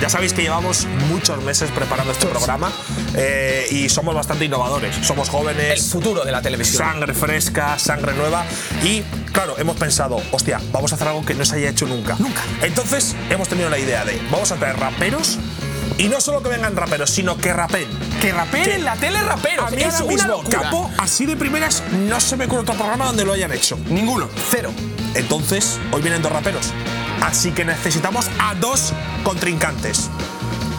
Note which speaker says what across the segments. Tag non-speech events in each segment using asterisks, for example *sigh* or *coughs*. Speaker 1: Ya sabéis que llevamos muchos meses preparando este programa eh, y somos bastante innovadores. Somos
Speaker 2: El
Speaker 1: jóvenes,
Speaker 2: futuro de la televisión.
Speaker 1: sangre fresca, sangre nueva y claro, hemos pensado, hostia, vamos a hacer algo que no se haya hecho nunca.
Speaker 2: Nunca.
Speaker 1: Entonces hemos tenido la idea de, vamos a traer raperos y no solo que vengan raperos, sino que rapen.
Speaker 2: Que rapeen en la tele raperos.
Speaker 1: A mí
Speaker 2: es
Speaker 1: ahora
Speaker 2: una
Speaker 1: mismo,
Speaker 2: locura.
Speaker 1: capo, así de primeras, no se me ocurre otro programa donde lo hayan hecho.
Speaker 2: Ninguno. Cero.
Speaker 1: Entonces, hoy vienen dos raperos. Así que necesitamos a dos contrincantes.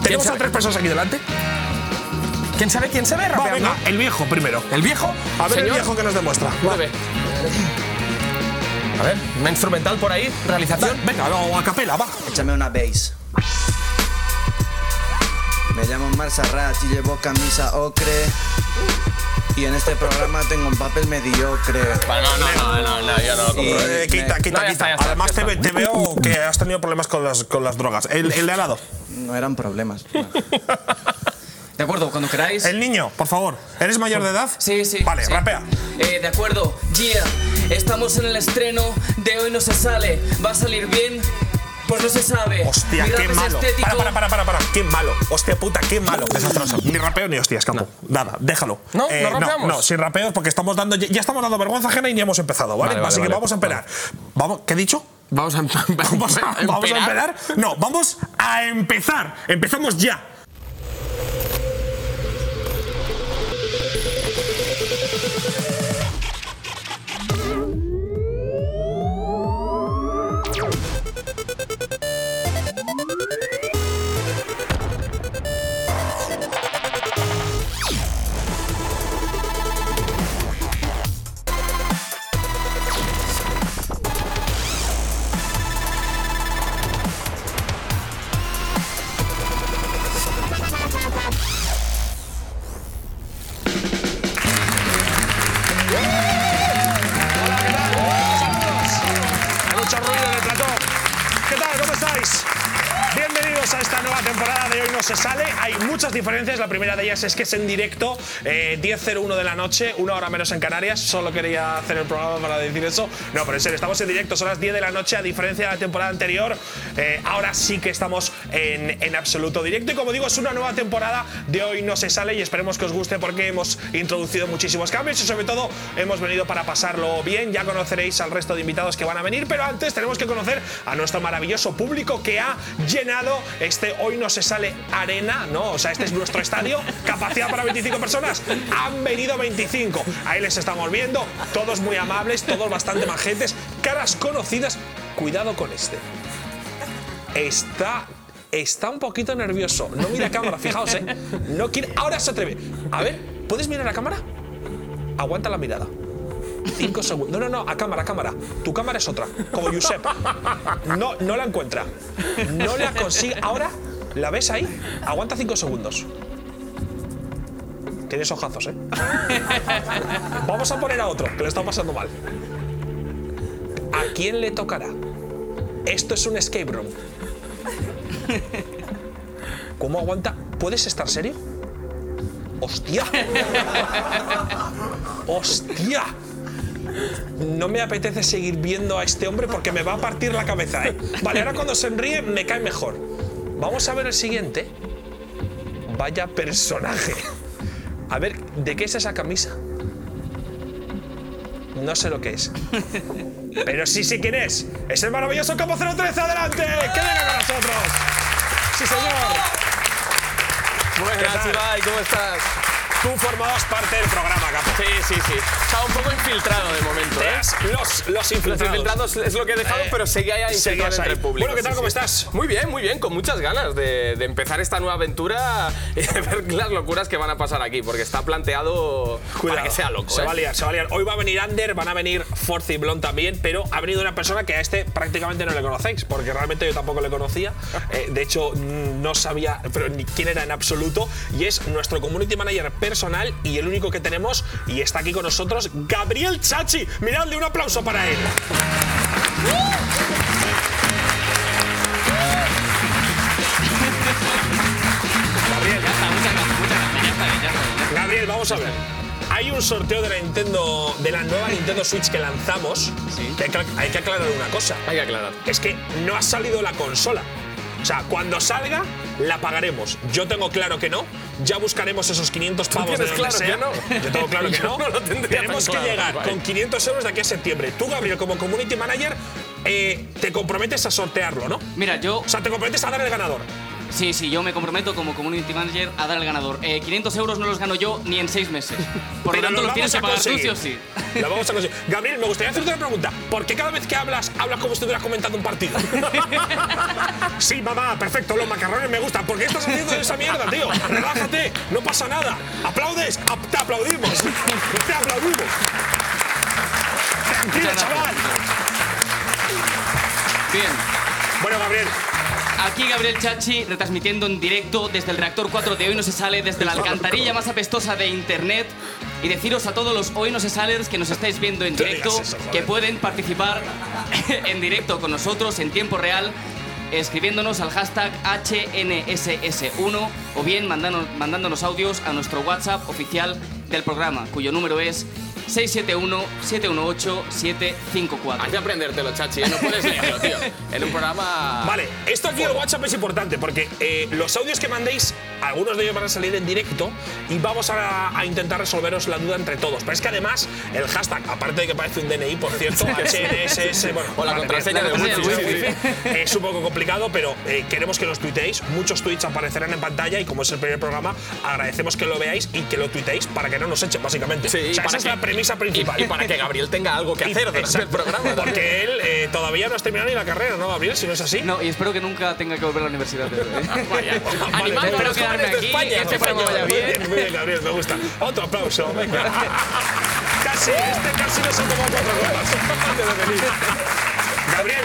Speaker 1: Tenemos a
Speaker 2: sabe?
Speaker 1: tres personas aquí delante.
Speaker 2: ¿Quién sabe quién sabe
Speaker 1: Va,
Speaker 2: rapear?
Speaker 1: venga,
Speaker 2: no?
Speaker 1: el viejo primero.
Speaker 2: El viejo.
Speaker 1: A ver el
Speaker 2: Señor.
Speaker 1: viejo que nos demuestra. Va.
Speaker 2: Breve. A ver, una instrumental por ahí, realización.
Speaker 1: Venga, no, a capela, va.
Speaker 3: Échame una bass. Me llamo Marzarrat y llevo camisa ocre. Y en este programa tengo un papel mediocre.
Speaker 2: no, no, no, no, yo no.
Speaker 3: Y
Speaker 1: Eh, quita, quita,
Speaker 2: No,
Speaker 3: me-
Speaker 2: ya está,
Speaker 1: quita.
Speaker 2: ya está,
Speaker 1: Además,
Speaker 2: ya
Speaker 1: te, ve- te veo que has tenido problemas con las, con las drogas. El, el de al lado.
Speaker 3: no eran *laughs* problemas.
Speaker 4: De acuerdo, cuando queráis.
Speaker 1: El niño, por favor. ¿Eres mayor de edad?
Speaker 4: Sí, sí.
Speaker 1: Vale,
Speaker 4: sí.
Speaker 1: rapea.
Speaker 4: Eh, de acuerdo, yeah. Estamos en el estreno de hoy no se sale. ¿Va a salir bien? Pues no se sabe.
Speaker 1: Hostia,
Speaker 4: Mi rap
Speaker 1: qué
Speaker 4: es
Speaker 1: malo.
Speaker 4: estético.
Speaker 1: Para, para, para, para, para. Qué malo. Hostia puta, qué malo. Desastroso. Ni rapeo ni hostias, campo. Nada, déjalo. Eh,
Speaker 2: No, no
Speaker 1: no,
Speaker 2: rapeamos.
Speaker 1: no, sin rapeos porque estamos dando, ya estamos dando vergüenza ajena y ni hemos empezado, ¿vale?
Speaker 2: Vale, vale,
Speaker 1: Así que
Speaker 2: vale.
Speaker 1: vamos a emperar. Vamos, ¿Qué he dicho?
Speaker 2: Vamos a,
Speaker 1: Vamos a, vamos a
Speaker 2: esperar.
Speaker 1: empezar. No, vamos a empezar. Empezamos ya.
Speaker 5: Hay mucho ruido en el plató. ¿Qué tal? ¿Cómo estáis? Bienvenidos a esta nueva temporada de Hoy No Se Sale. Hay muchas diferencias. La primera de ellas es que es en directo, eh, 10.01 de la noche, una hora menos en Canarias. Solo quería hacer el programa para decir eso. No, pero en serio, estamos en directo, son las 10 de la noche, a diferencia de la temporada anterior. Eh, ahora sí que estamos en, en absoluto directo. Y como digo, es una nueva temporada de Hoy No Se Sale y esperemos que os guste porque hemos introducido muchísimos cambios y sobre todo hemos venido para pasarlo bien. Ya conoceréis al resto de invitados que van a venir, pero antes tenemos que conocer a nuestro maravilloso público que ha llenado este Hoy no se sale arena, ¿no? O sea, este es nuestro estadio, capacidad para 25 personas. Han venido 25. Ahí les estamos viendo, todos muy amables, todos bastante majetes, caras conocidas. Cuidado con este está está un poquito nervioso. No mira a cámara, fijaos, ¿eh? No quiere, ahora se atreve. A ver, ¿puedes mirar a cámara? Aguanta la mirada. Cinco segundos. No, no, no, a cámara, a cámara. Tu cámara es otra, como Josep. No, no la encuentra. No la consigue. Ahora, ¿la ves ahí? Aguanta cinco segundos. Tienes ojazos, ¿eh? Vamos a poner a otro, que le está pasando mal. ¿A quién le tocará? Esto es un escape room. ¿Cómo aguanta? ¿Puedes estar serio? ¡Hostia! ¡Hostia! No me apetece seguir viendo a este hombre porque me va a partir la cabeza, ¿eh? Vale, ahora cuando sonríe me cae mejor. Vamos a ver el siguiente. Vaya personaje. A ver, ¿de qué es esa camisa? No sé lo que es. Pero sí sé quién es. Es el maravilloso Capo 013. ¡Adelante! ¡Que venga con nosotros! ¡Sí, señor!
Speaker 2: Buenas,
Speaker 5: tal?
Speaker 2: Ibai, ¿cómo estás?
Speaker 5: Tú formabas parte del programa, Capo.
Speaker 2: Sí, sí, sí. Estaba un poco infiltrado de momento,
Speaker 5: Te
Speaker 2: ¿eh?
Speaker 5: has- Los, los
Speaker 2: Los
Speaker 5: infiltrados.
Speaker 2: infiltrados es lo que he dejado,
Speaker 5: Eh,
Speaker 2: pero seguía ya infiltrado
Speaker 5: seguías
Speaker 2: entre
Speaker 5: ahí.
Speaker 2: el público.
Speaker 5: Bueno, ¿qué tal? ¿Cómo estás?
Speaker 2: Muy bien, muy bien, con muchas ganas de, de empezar esta nueva aventura y de ver las locuras que van a pasar aquí, porque está planteado para que sea loco.
Speaker 5: Se
Speaker 2: ¿eh?
Speaker 5: va a liar, se va a liar. Hoy va a venir Ander, van a venir Forth y Blond también, pero ha venido una persona que a este prácticamente no le conocéis, porque realmente yo tampoco
Speaker 2: *laughs*
Speaker 5: le conocía. Eh, de hecho, no sabía pero ni quién era en absoluto. Y es nuestro community manager personal y el único que tenemos, y está aquí con nosotros, Gabriel Chachi. Miradle un aplauso para él. Gabriel, vamos a ver. Hay un sorteo de la Nintendo, de la nueva Nintendo Switch que lanzamos.
Speaker 2: Sí.
Speaker 5: Que hay que- hay que aclarar una cosa.
Speaker 2: Hay que aclarar.
Speaker 5: Es que no ha salido la consola.
Speaker 1: O sea, cuando salga, la pagaremos. Yo tengo claro que no. Ya buscaremos esos 500 pavos de
Speaker 2: tienes
Speaker 1: donde
Speaker 2: claro que
Speaker 1: sea.
Speaker 2: no?
Speaker 1: Yo tengo
Speaker 2: *laughs*
Speaker 1: claro que
Speaker 2: Yo
Speaker 1: no.
Speaker 2: no lo tendría
Speaker 1: Tenemos
Speaker 2: tan
Speaker 1: que
Speaker 2: claro,
Speaker 1: llegar
Speaker 2: vale.
Speaker 1: con 500 euros de aquí a septiembre. Tú, Gabriel, como community manager, eh, te comprometes a sortearlo, ¿no?
Speaker 6: Mira, yo.
Speaker 1: O sea, te comprometes a dar el ganador.
Speaker 6: Sí, sí, yo me comprometo como community manager a dar al ganador. Eh, 500 euros no los gano yo ni en seis meses. Por
Speaker 1: Pero
Speaker 6: lo tanto,
Speaker 1: lo
Speaker 6: los tienes que
Speaker 1: vamos a
Speaker 6: pagar tú sí
Speaker 1: conseguir.
Speaker 6: o sí.
Speaker 1: Lo vamos a conseguir. Gabriel, me gustaría hacerte una pregunta. ¿Por qué cada vez que hablas, hablas como si estuvieras comentando un
Speaker 6: *laughs*
Speaker 1: partido? sí, mamá, perfecto, los macarrones me gustan. ¿Por qué estás haciendo esa mierda, tío? Relájate, no pasa nada. ¿Aplaudes? Ap- te aplaudimos.
Speaker 6: *laughs*
Speaker 1: te aplaudimos. Tranquilo,
Speaker 6: Muchas gracias.
Speaker 1: chaval.
Speaker 6: Bien.
Speaker 1: Bueno, Gabriel,
Speaker 6: Aquí Gabriel Chachi retransmitiendo en directo desde el reactor 4 de Hoy No Se Sale, desde la alcantarilla más apestosa de internet. Y deciros a todos los Hoy No Se Salers que nos estáis viendo en
Speaker 1: No
Speaker 6: directo
Speaker 1: digas eso, joder.
Speaker 6: que pueden participar *laughs* en directo con nosotros en tiempo real escribiéndonos al hashtag HNSS1 o bien mandando- mandándonos audios a nuestro WhatsApp oficial del programa, cuyo número es 671-718-754.
Speaker 2: Hay que aprendértelo, chachi, ¿eh? no puedes leerlo, tío. En un programa.
Speaker 1: Vale, esto aquí el WhatsApp es importante porque eh, los audios que mandéis, algunos de ellos van a salir en directo y vamos a, a intentar resolveros la duda entre todos. Pero es que además el hashtag, aparte de que parece un DNI, por
Speaker 2: *laughs*
Speaker 1: cierto, HNSS, bueno,
Speaker 2: O la
Speaker 1: madre mía,
Speaker 2: contraseña
Speaker 1: la
Speaker 2: de
Speaker 1: contraseña
Speaker 2: wifi,
Speaker 1: de
Speaker 2: sí, sí.
Speaker 1: wifi, es un poco complicado, pero eh, queremos que los tuiteéis. Muchos tweets aparecerán en pantalla y como es el primer programa, agradecemos que lo veáis y que lo tuiteéis para que no nos echen, básicamente.
Speaker 2: Sí,
Speaker 1: O sea, esa
Speaker 2: para
Speaker 1: es
Speaker 2: que-
Speaker 1: la premisa principal.
Speaker 2: Y para que Gabriel tenga algo que hacer durante el
Speaker 1: Exacto.
Speaker 2: programa. ¿no?
Speaker 1: Porque él eh, todavía no has terminado ni la carrera, ¿no, Gabriel? Si no es así.
Speaker 6: No, y espero que nunca tenga que volver a
Speaker 1: *laughs*
Speaker 6: la universidad. de verdad, ¿eh?
Speaker 2: Animando
Speaker 6: espero
Speaker 2: a los
Speaker 6: quedarme
Speaker 2: jóvenes de
Speaker 6: aquí,
Speaker 2: España.
Speaker 6: que este programa vaya
Speaker 1: Muy
Speaker 6: bien.
Speaker 1: bien, muy bien, Gabriel, me gusta. Otro aplauso,
Speaker 2: *laughs*
Speaker 1: venga. Casi, este casi no se ha tomado cuatro copas. Antes de venir. Gabriel,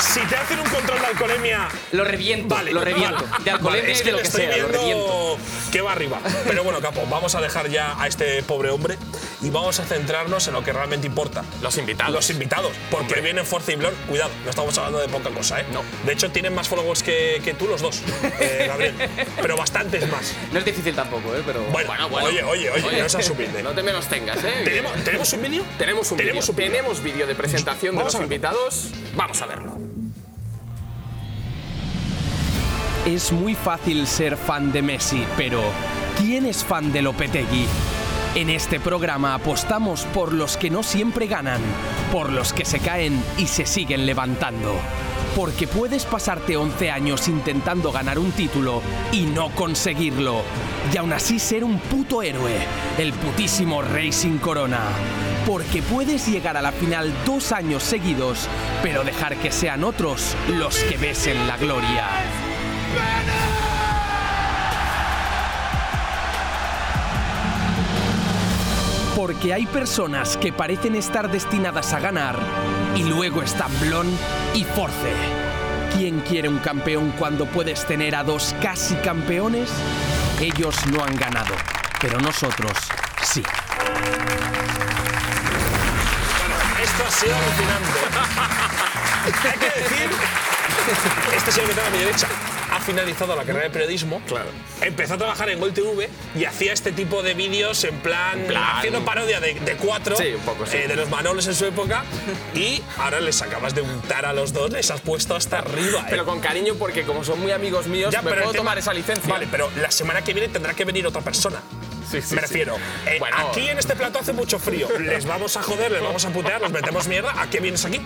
Speaker 1: si te hacen un control de alcoholemia.
Speaker 6: Lo reviento,
Speaker 1: Vale,
Speaker 6: lo reviento.
Speaker 1: vale.
Speaker 6: De alcoholemia
Speaker 1: Vale, es
Speaker 6: y
Speaker 1: que
Speaker 6: de lo
Speaker 1: le
Speaker 6: que
Speaker 1: estoy
Speaker 6: sea, lo
Speaker 1: viendo
Speaker 6: reviento.
Speaker 1: que va arriba. Pero bueno, capo, vamos a dejar ya a este pobre hombre y vamos a centrarnos en lo que realmente importa.
Speaker 2: Los invitados.
Speaker 1: Los invitados, porque vienen fuerza y blon. Cuidado, no estamos hablando de poca cosa, ¿eh?
Speaker 2: No.
Speaker 1: De hecho, tienen más followers que, que tú los dos, eh,
Speaker 6: *laughs*
Speaker 1: Gabriel. Pero bastantes más.
Speaker 6: No es difícil tampoco, ¿eh? Pero...
Speaker 1: Bueno,
Speaker 2: Bueno, bueno.
Speaker 1: Oye, oye, oye, no seas humilde.
Speaker 2: No te menos tengas, ¿eh?
Speaker 1: ¿Tenemos, ¿Tenemos un vídeo?
Speaker 2: Tenemos un
Speaker 1: Tenemos
Speaker 2: vídeo.
Speaker 1: un vídeo.
Speaker 2: Tenemos vídeo de presentación
Speaker 1: Vamos a
Speaker 2: de los
Speaker 1: verlo.
Speaker 2: invitados. Vamos a verlo.
Speaker 5: Es muy fácil ser fan de Messi, pero ¿quién es fan de Lopetegui? En este programa apostamos por los que no siempre ganan, por los que se caen y se siguen levantando. Porque puedes pasarte 11 años intentando ganar un título y no conseguirlo. Y aún así ser un puto héroe, el putísimo rey sin corona. Porque puedes llegar a la final dos años seguidos, pero dejar que sean otros los que besen la gloria. Porque hay personas que parecen estar destinadas a ganar y luego están Blon y Force. ¿Quién quiere un campeón cuando puedes tener a dos casi campeones? Ellos no han ganado, pero nosotros sí.
Speaker 1: Bueno, esto ha sido alucinante. Hay que decir, *laughs* este señor que está a mi derecha ha finalizado la carrera de periodismo. Claro. Empezó a trabajar en Gol TV y hacía este tipo de vídeos en plan,
Speaker 2: plan-
Speaker 1: haciendo parodia de, de cuatro,
Speaker 2: Sí, un poco, sí.
Speaker 1: eh, de los Manolos en su época. Y ahora les acabas de untar a los dos, les has puesto hasta arriba. eh.
Speaker 2: Pero con cariño, porque como son muy amigos míos, me
Speaker 1: el
Speaker 2: puedo
Speaker 1: tema-
Speaker 2: tomar esa licencia.
Speaker 1: Vale, pero la semana que viene tendrá que venir otra persona.
Speaker 2: Sí, sí,
Speaker 1: Me
Speaker 2: sí.
Speaker 1: refiero. eh,
Speaker 2: Bueno.
Speaker 1: Aquí en este plato hace mucho frío. Les vamos a joder, les vamos a putear, les metemos mierda. ¿A qué vienes aquí?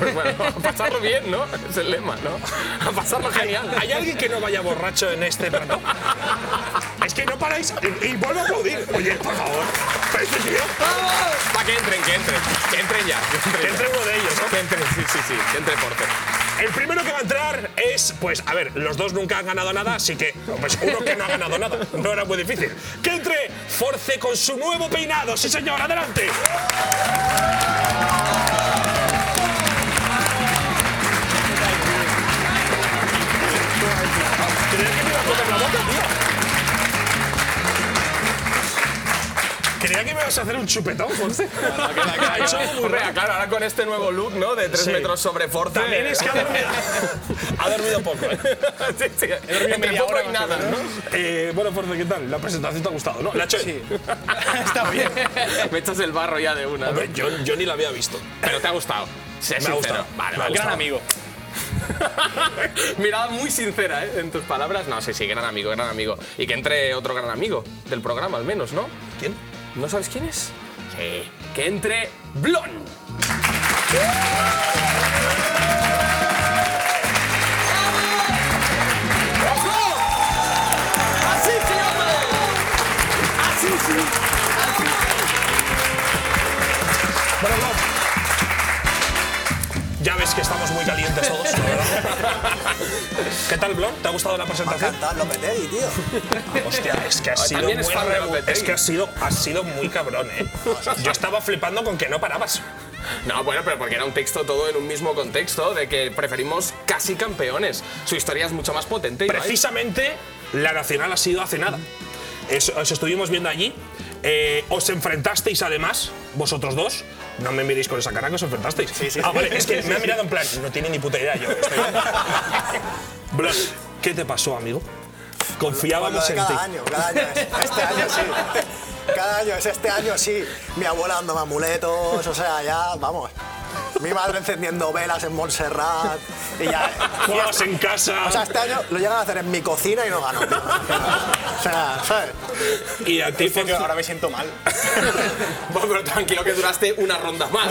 Speaker 2: Pues bueno, *laughs* a pasarlo bien, ¿no? Es el lema, ¿no? A pasarlo genial.
Speaker 1: ¿Hay alguien que no vaya borracho en este plato? es que no paráis. Y, y vuelvo a aplaudir. Oye, por favor. Pero este tío,
Speaker 2: Para que entren, que entren. Que entren ya. Que entren,
Speaker 1: que entre
Speaker 2: ya.
Speaker 1: uno de ellos, ¿no?
Speaker 2: Que entren, sí, sí, sí. Que entre Porter.
Speaker 1: El primero que va a entrar es, pues, a ver, los dos nunca han ganado nada, así que, pues, uno que no ha ganado nada. No era muy difícil. Que entre Force con su nuevo peinado. Sí, señor, adelante. Creía que me iba a comer la boca, tío. Creía que me ibas a hacer un chupetón, Force. Ha hecho algo muy
Speaker 2: Hombre,
Speaker 1: raro.
Speaker 2: claro, ahora con este nuevo look, ¿no? De 3
Speaker 1: Sí.
Speaker 2: metros sobre Force.
Speaker 1: También
Speaker 2: *laughs*
Speaker 1: es que ha dormido, ha dormido poco, ¿eh?
Speaker 2: sí, sí. Entre poco y nada, ¿no?
Speaker 1: Eh, bueno, Force, ¿qué tal? La presentación te ha gustado, ¿no? La he hecho bien.
Speaker 2: *laughs*
Speaker 1: *laughs*
Speaker 2: Está bien. *laughs* Me echas el barro ya de una. ¿no?
Speaker 1: Hombre, yo, yo ni la había visto.
Speaker 2: Pero te ha gustado. Sé
Speaker 1: Me ha
Speaker 2: sincero.
Speaker 1: gustado.
Speaker 2: Vale,
Speaker 1: Me ha
Speaker 2: me ha
Speaker 1: gustado.
Speaker 2: amigo. *laughs* Mirada muy sincera, ¿eh? En tus palabras. No, sí, sí, gran amigo, gran amigo. Y que entre otro gran amigo del programa, al menos, ¿no? ¿Quién? ¿No sabes quién es? Sí. Que entre Blon.
Speaker 7: ¡Así sí, hombre!
Speaker 1: Bueno, Blon. Ya ves que estamos muy calientes todos, la
Speaker 2: *laughs*
Speaker 1: ¿verdad? ¿Qué tal, Blon? ¿Te ha gustado la
Speaker 8: Me ha
Speaker 1: presentación?
Speaker 8: encantado Lopetegui, tío.
Speaker 1: Hostia, es que ha sido
Speaker 2: También Ah, es
Speaker 1: muy
Speaker 2: fan de
Speaker 1: rebu-
Speaker 2: Lopetegui.
Speaker 1: Es que ha sido, ha sido muy cabrón,
Speaker 2: *laughs*
Speaker 1: ¿eh? Yo estaba flipando con que no parabas.
Speaker 2: No, bueno, pero porque era un texto todo en un mismo contexto, de que preferimos casi campeones. Su historia es mucho más potente. Ibai.
Speaker 1: Precisamente la Nacional ha sido hace nada. Es- os estuvimos viendo allí. Eh, os enfrentasteis además, vosotros dos. No me miréis con esa cara que os enfrentasteis. ah, vale, es que me ha mirado en plan, no tiene ni puta idea yo. estoy- *laughs* Blas, ¿qué te pasó, amigo? Confiábamos
Speaker 8: Con
Speaker 1: en
Speaker 8: lo de
Speaker 1: ti.
Speaker 8: cada año, cada año es. Este año sí. Cada año es, este año sí. Mi abuela dándome amuletos, o sea, ya, vamos. Mi madre encendiendo velas en Montserrat. Y ya.
Speaker 1: Juegas en casa.
Speaker 8: O sea, este año lo llegan a hacer en mi cocina y no gano. tío. O sea, ¿sabes?
Speaker 1: y a
Speaker 8: *laughs*
Speaker 1: ti, Fonzi- *laughs*
Speaker 9: me siento mal.
Speaker 2: *laughs* Bueno, pero tranquilo que duraste una
Speaker 1: *laughs*
Speaker 2: ronda más.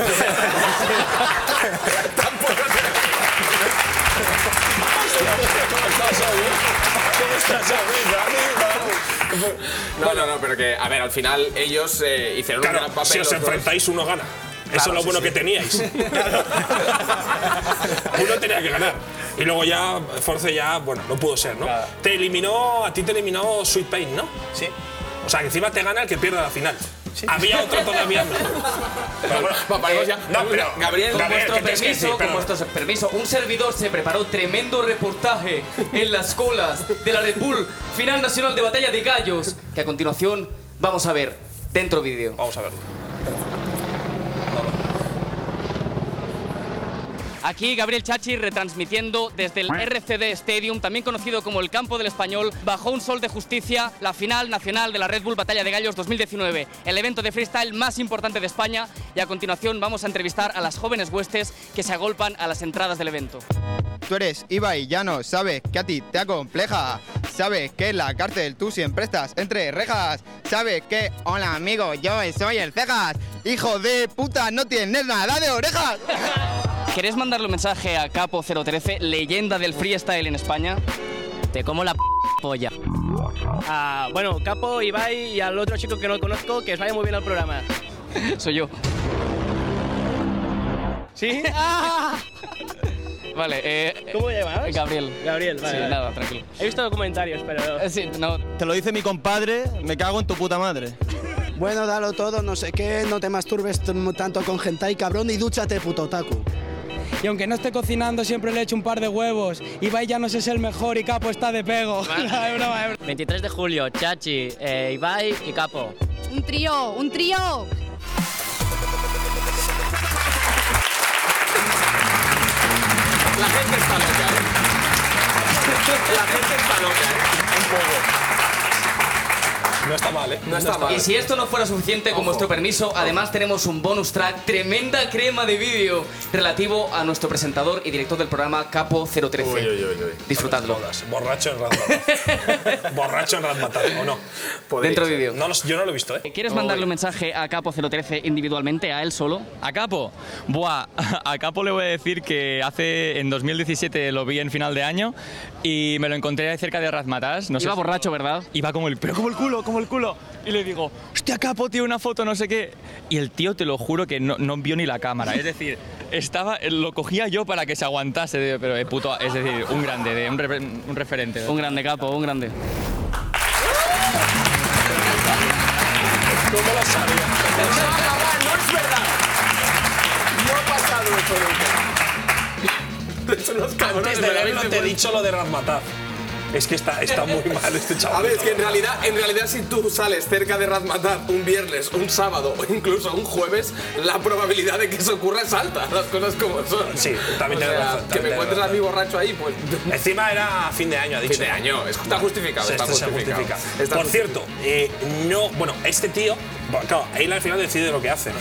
Speaker 2: Tampoco te- No, no, no, pero que, a ver, al final ellos eh, hicieron un gran
Speaker 1: Claro,
Speaker 2: papel.
Speaker 1: si os
Speaker 2: los dos.
Speaker 1: enfrentáis, uno gana. Eso es lo bueno que teníais. uno tenía que ganar. Y luego ya, Force ya, bueno, no pudo ser, ¿no? Te eliminó, a ti te eliminó Sweet Pain, ¿no?
Speaker 9: Sí.
Speaker 1: O sea, que encima te gana el que pierda la final. Había otro todavía. no. Pero bueno, eh,
Speaker 2: Va, vamos ya.
Speaker 1: no, pero,
Speaker 2: Gabriel,
Speaker 6: Con
Speaker 1: Gabriel, que
Speaker 6: vuestro
Speaker 1: tienes que
Speaker 6: permiso,
Speaker 1: decir,
Speaker 6: con
Speaker 1: pero-
Speaker 6: vuestro permiso, un servidor se preparó tremendo reportaje en las colas de la Red Bull Final Nacional de Batalla de Gallos, que a continuación vamos a ver dentro vídeo.
Speaker 1: Vamos a verlo.
Speaker 6: Aquí Gabriel Chachi retransmitiendo desde el RCD Stadium, también conocido como el Campo del Español, bajo un sol de justicia, la final nacional de la Red Bull Batalla de Gallos 2019, el evento de freestyle más importante de España. Y a continuación vamos a entrevistar a las jóvenes huestes que se agolpan a las entradas del evento.
Speaker 10: Tú eres Ibai Llano, sabes que a ti te acompleja. Sabes que en la cárcel tú siempre estás entre rejas. Sabes que, hola amigo, yo soy el Cejas. Hijo de puta, no tienes nada de orejas.
Speaker 6: ¿Querés mandarle un mensaje a Capo013, leyenda del freestyle en España? Te como la p polla.
Speaker 11: bueno, Capo, Ibai y al otro chico que no conozco, que os vaya muy bien al programa.
Speaker 6: *laughs* Soy yo. *laughs*
Speaker 11: ¿Sí?
Speaker 6: Ah. Vale, eh,
Speaker 11: ¿Cómo te llamas?
Speaker 6: Gabriel.
Speaker 11: Gabriel, vale.
Speaker 6: Sí,
Speaker 11: vale.
Speaker 6: nada, tranquilo.
Speaker 11: He visto comentarios, pero.
Speaker 6: Eh, Sí, no,
Speaker 9: Te lo dice mi compadre, me cago en tu puta madre.
Speaker 8: Bueno, dalo todo, no sé qué, no te masturbes tanto con hentai, cabrón, y dúchate, puto taco.
Speaker 11: Y aunque no esté cocinando, siempre le echo un par de huevos. Ibai ya no es el mejor y Capo está de pego. *laughs* 23 de julio, Chachi, Ibai y Capo.
Speaker 12: Un trío, un trío.
Speaker 2: La gente está loca. La gente está loca.
Speaker 1: No está mal, ¿eh?
Speaker 2: No está mal.
Speaker 6: Y si esto no fuera suficiente, con vuestro permiso, además tenemos un bonus track, tremenda crema de vídeo relativo a nuestro presentador y director del programa Capo 013.
Speaker 2: Uy, uy, uy, uy.
Speaker 6: Disfrutadlo.
Speaker 1: Jodas, Borracho en Razmataz. Borracho en Razmataz, ¿o no?
Speaker 2: Podría
Speaker 6: Dentro
Speaker 2: ser.
Speaker 6: vídeo.
Speaker 1: No lo- yo no lo he visto, ¿eh?
Speaker 6: ¿Quieres mandarle un mensaje a Capo 013 individualmente, a él solo?
Speaker 11: A Capo, buah, a Capo le voy a decir que hace en 2017 lo vi en final de año y me lo encontré cerca de Razmataz. No sé
Speaker 6: Iba
Speaker 11: si-
Speaker 6: borracho, ¿verdad?
Speaker 11: Y va como el, pero como el culo, como el culo. Y le digo, hostia, capo, tío, una foto, no sé qué. Y el tío, te lo juro, que no, no vio ni la cámara. Es decir, estaba, lo cogía yo para que se aguantase. de- Pero es puto, es decir, un grande, de, un, re- un referente.
Speaker 6: Un grande capo, un grande.
Speaker 2: No es verdad. No ha pasado eso nunca. Son ¿eh? los cabrones
Speaker 1: Antes
Speaker 2: me
Speaker 1: de
Speaker 2: lo habéis
Speaker 1: verlo te he
Speaker 2: devuelto.
Speaker 1: dicho lo de Razmataz. Es que está, está
Speaker 2: *laughs*
Speaker 1: muy mal este chaval.
Speaker 2: A ver, es que en realidad, en realidad si tú sales cerca de Razmataz un viernes, un sábado o incluso un jueves, la probabilidad de que eso ocurra es alta, las cosas como son.
Speaker 1: Sí, también
Speaker 2: O
Speaker 1: tienes
Speaker 2: sea,
Speaker 1: razón, también
Speaker 2: Que me
Speaker 1: tienes
Speaker 2: encuentres a
Speaker 1: razón.
Speaker 2: mi borracho ahí, pues...
Speaker 1: Encima era fin de año, ha dicho.
Speaker 2: Fin de año, es- está justificado,
Speaker 1: Sí,
Speaker 2: está
Speaker 1: esto se
Speaker 2: justificado.
Speaker 1: justifica.
Speaker 2: Está
Speaker 1: Por
Speaker 2: justificado.
Speaker 1: cierto, eh, no. Bueno, este tío, bueno, claro, él al final decide lo que hace, ¿no?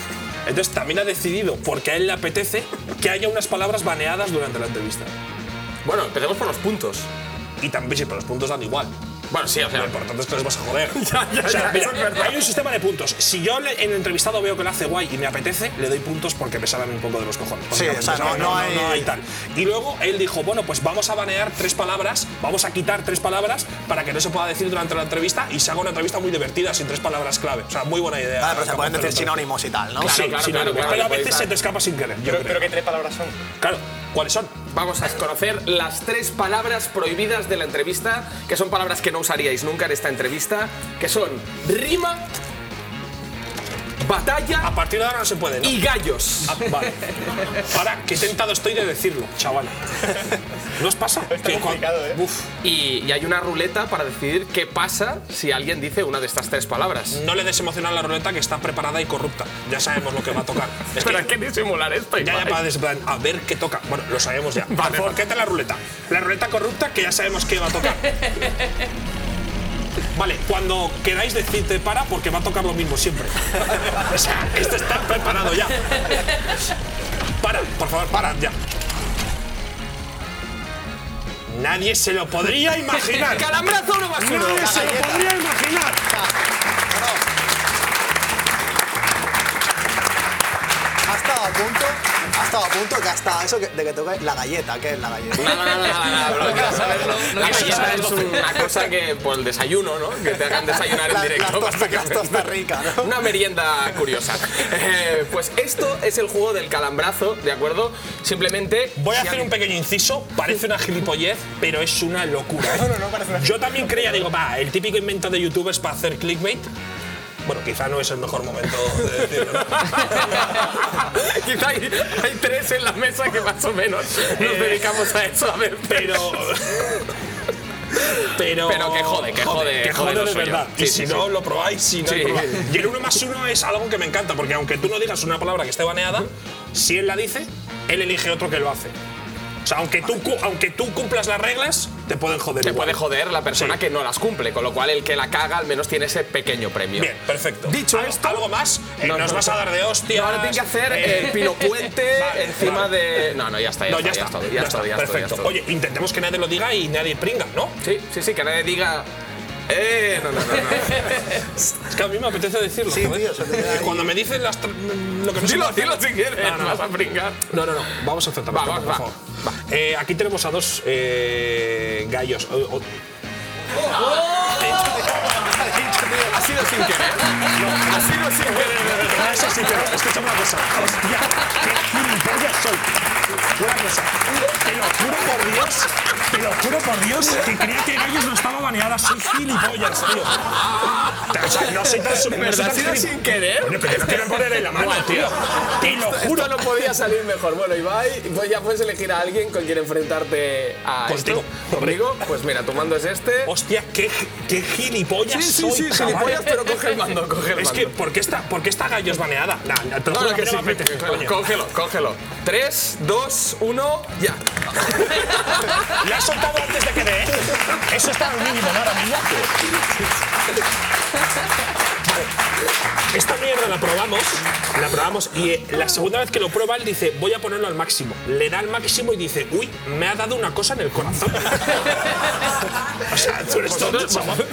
Speaker 1: Entonces también ha decidido, porque a él le apetece, que haya unas palabras baneadas durante la entrevista.
Speaker 2: Bueno, empecemos por los puntos.
Speaker 1: Y también sí, pero los puntos dan igual.
Speaker 2: Bueno, sí, o sea.
Speaker 1: Lo importante es que les vas a joder.
Speaker 2: *laughs* Ya, ya,
Speaker 1: O sea,
Speaker 2: ya,
Speaker 1: mira,
Speaker 2: eso es verdad.
Speaker 1: hay un sistema de puntos. Si yo le- en el entrevistado veo que lo hace guay y me apetece, le doy puntos porque me salen un poco de los cojones.
Speaker 8: Sí,
Speaker 1: Porque
Speaker 8: o sea,
Speaker 1: me
Speaker 8: no-
Speaker 1: apetece,
Speaker 8: no hay-
Speaker 1: tal. Y luego él dijo, bueno, pues vamos a banear tres palabras, vamos a quitar tres palabras para que no se pueda decir durante la entrevista y se haga una entrevista muy divertida sin tres palabras clave. O sea, muy buena idea.
Speaker 8: Vale, Ah, pero se pueden decir sinónimos y tal, ¿no?
Speaker 1: Claro,
Speaker 8: Sí,
Speaker 1: claro,
Speaker 8: sinónimos.
Speaker 1: claro, pero a veces se te escapa sin querer. yo creo.
Speaker 2: que tres palabras son.
Speaker 1: Claro, ¿cuáles son?
Speaker 2: Vamos a conocer las tres palabras prohibidas de la entrevista, que son palabras que no usaríais nunca en esta entrevista, que son rima, batalla.
Speaker 1: A partir de ahora no se puede. ¿no?
Speaker 2: Y gallos.
Speaker 1: Ah, vale. Para, que tentado estoy de decirlo, chaval. ¿No os pasa? Que cuando- Uf,
Speaker 2: Y, y hay una ruleta para decidir qué pasa si alguien dice una de estas tres palabras.
Speaker 1: no le des emoción a la ruleta que está preparada y corrupta. Ya sabemos lo que va a tocar. Es
Speaker 2: Pero hay que disimular esto.
Speaker 1: Ya, ya
Speaker 2: Ibai.
Speaker 1: para des- plan, a ver qué toca. Bueno, lo sabemos ya.
Speaker 2: *laughs* Vale,
Speaker 1: Por favor, quédate la ruleta. La ruleta corrupta que ya sabemos qué va a
Speaker 2: *laughs*
Speaker 1: tocar. Vale, cuando queráis decirte para porque va a tocar lo mismo
Speaker 2: *laughs*
Speaker 1: siempre. o sea, esto está preparado ya. Para, por favor, para ya. Nadie se lo podría
Speaker 2: *laughs*
Speaker 1: imaginar.
Speaker 2: Calambrazo no basura.
Speaker 1: Nadie se lo podría imaginar.
Speaker 8: Ha estado a punto, ha estado a punto que hasta eso que- de que toque la galleta, ¿qué es la galleta?
Speaker 2: No, no, no, no, no, no, no, quiero saberlo.
Speaker 8: No
Speaker 2: La
Speaker 8: quiero
Speaker 2: galleta
Speaker 8: saberlo.
Speaker 2: es una cosa que, por el desayuno, ¿no? Que te hagan desayunar en
Speaker 8: Las-
Speaker 2: directo.
Speaker 8: las tostas- las tostas ricas, ¿no?
Speaker 2: Una merienda curiosa. Eh, pues esto es el juego del calambrazo, ¿de acuerdo? Simplemente.
Speaker 1: Voy a
Speaker 2: si
Speaker 1: hacer un pequeño inciso, parece una gilipollez, pero es una locura.
Speaker 2: *laughs*
Speaker 1: ¿eh? Yo también creía, digo, va, el típico invento de youtubers para hacer clickbait. Bueno, quizá no es el mejor
Speaker 2: *laughs*
Speaker 1: momento de decirlo. ¿no?
Speaker 2: Quizá hay, hay tres en la mesa que más o menos nos dedicamos a eso. A ver,
Speaker 1: Pero. Pero,
Speaker 2: Pero que jode, que jode,
Speaker 1: Que jode,
Speaker 2: jode lo
Speaker 1: de
Speaker 2: suyo.
Speaker 1: verdad.
Speaker 2: Sí,
Speaker 1: y
Speaker 2: sí,
Speaker 1: si
Speaker 2: sí.
Speaker 1: no, lo probáis. Si no,
Speaker 2: Sí.
Speaker 1: lo probáis. Y el uno más uno es algo que me encanta, porque aunque tú no digas una palabra que esté baneada, si él la dice, él elige otro que lo hace. O sea, aunque tú, cu- aunque tú cumplas las reglas, te pueden joder.
Speaker 2: Te
Speaker 1: igual.
Speaker 2: puede joder la persona
Speaker 1: Sí.
Speaker 2: que no las cumple, con lo cual el que la caga al menos tiene ese pequeño premio.
Speaker 1: Bien, perfecto.
Speaker 2: Dicho
Speaker 1: ¿Algo,
Speaker 2: esto-
Speaker 1: algo más? Eh,
Speaker 2: No,
Speaker 1: nos
Speaker 2: no.
Speaker 1: vas a dar de hostia.
Speaker 2: No, ahora tiene que hacer
Speaker 1: *laughs*
Speaker 2: el pinocuente encima de. No, no, ya está,
Speaker 1: Eh.
Speaker 2: ya,
Speaker 1: No,
Speaker 2: está, ya está, ya está, ya está, ya
Speaker 1: Perfecto.
Speaker 2: está.
Speaker 1: Oye, intentemos que nadie lo diga y nadie pringa, ¿no?
Speaker 2: Sí, sí, sí, que nadie diga. Eh, no, no, no.
Speaker 1: *laughs*
Speaker 2: no.
Speaker 1: Es que a mí me apetece decirlo.
Speaker 8: Sí,
Speaker 1: joder.
Speaker 8: tío, se te queda
Speaker 1: Y
Speaker 8: ahí.
Speaker 1: Cuando me dicen las. tr- Lo que no se
Speaker 2: dilo,
Speaker 1: puede hacer-
Speaker 2: dilo si quieres,
Speaker 1: No, no,
Speaker 2: vas a brincar.
Speaker 1: No, no, no. Vamos a aceptar
Speaker 2: Va, va,
Speaker 1: por
Speaker 2: va.
Speaker 1: favor. Eh, aquí tenemos a dos eh, gallos. O- o-
Speaker 2: Ha sido sin querer. Ha sido sin querer.
Speaker 1: Ah, Eso sí, pero escúchame una cosa. Hostia, qué gilipollas soy. Una cosa. Te lo juro por Dios, te lo juro por Dios, que creía que Gallos no estaba baneada. Soy gilipollas, tío. O sea, no soy tan super.
Speaker 2: verdad
Speaker 1: no soy tan
Speaker 2: ha sido
Speaker 1: gilip-
Speaker 2: sin querer?
Speaker 1: Coño, pero no quiero poner en la mano, tío. Te lo juro.
Speaker 2: Esto no podía salir mejor. Bueno, Ibai, pues ya puedes elegir a alguien con quien enfrentarte a
Speaker 1: Contigo.
Speaker 2: esto. Conmigo, pues mira, tu mando es este.
Speaker 1: Hostia, qué, qué gilipollas
Speaker 2: Sí, sí,
Speaker 1: soy,
Speaker 2: sí,
Speaker 1: chavales.
Speaker 2: gilipollas, pero coge el mando, coge el
Speaker 1: Es
Speaker 2: mando.
Speaker 1: que, ¿por qué está, por qué está Gallos baneada? Nah, nah, te lo
Speaker 2: No,
Speaker 1: juro
Speaker 2: no,
Speaker 1: que
Speaker 2: que
Speaker 1: no
Speaker 2: sí.
Speaker 1: me apetece, coño.
Speaker 2: Cógelo, cógelo. 3, 2, 1, ya. *laughs*
Speaker 1: La has soltado antes de que dé. Eso está al mínimo, ¿no? Ahora mismo. Vale. Esta mierda la probamos, la probamos y eh, la segunda vez que lo prueba él dice voy a ponerlo al máximo. Le da al máximo y dice uy me ha dado una cosa en el corazón. o sea, tú eres tonto, chaval.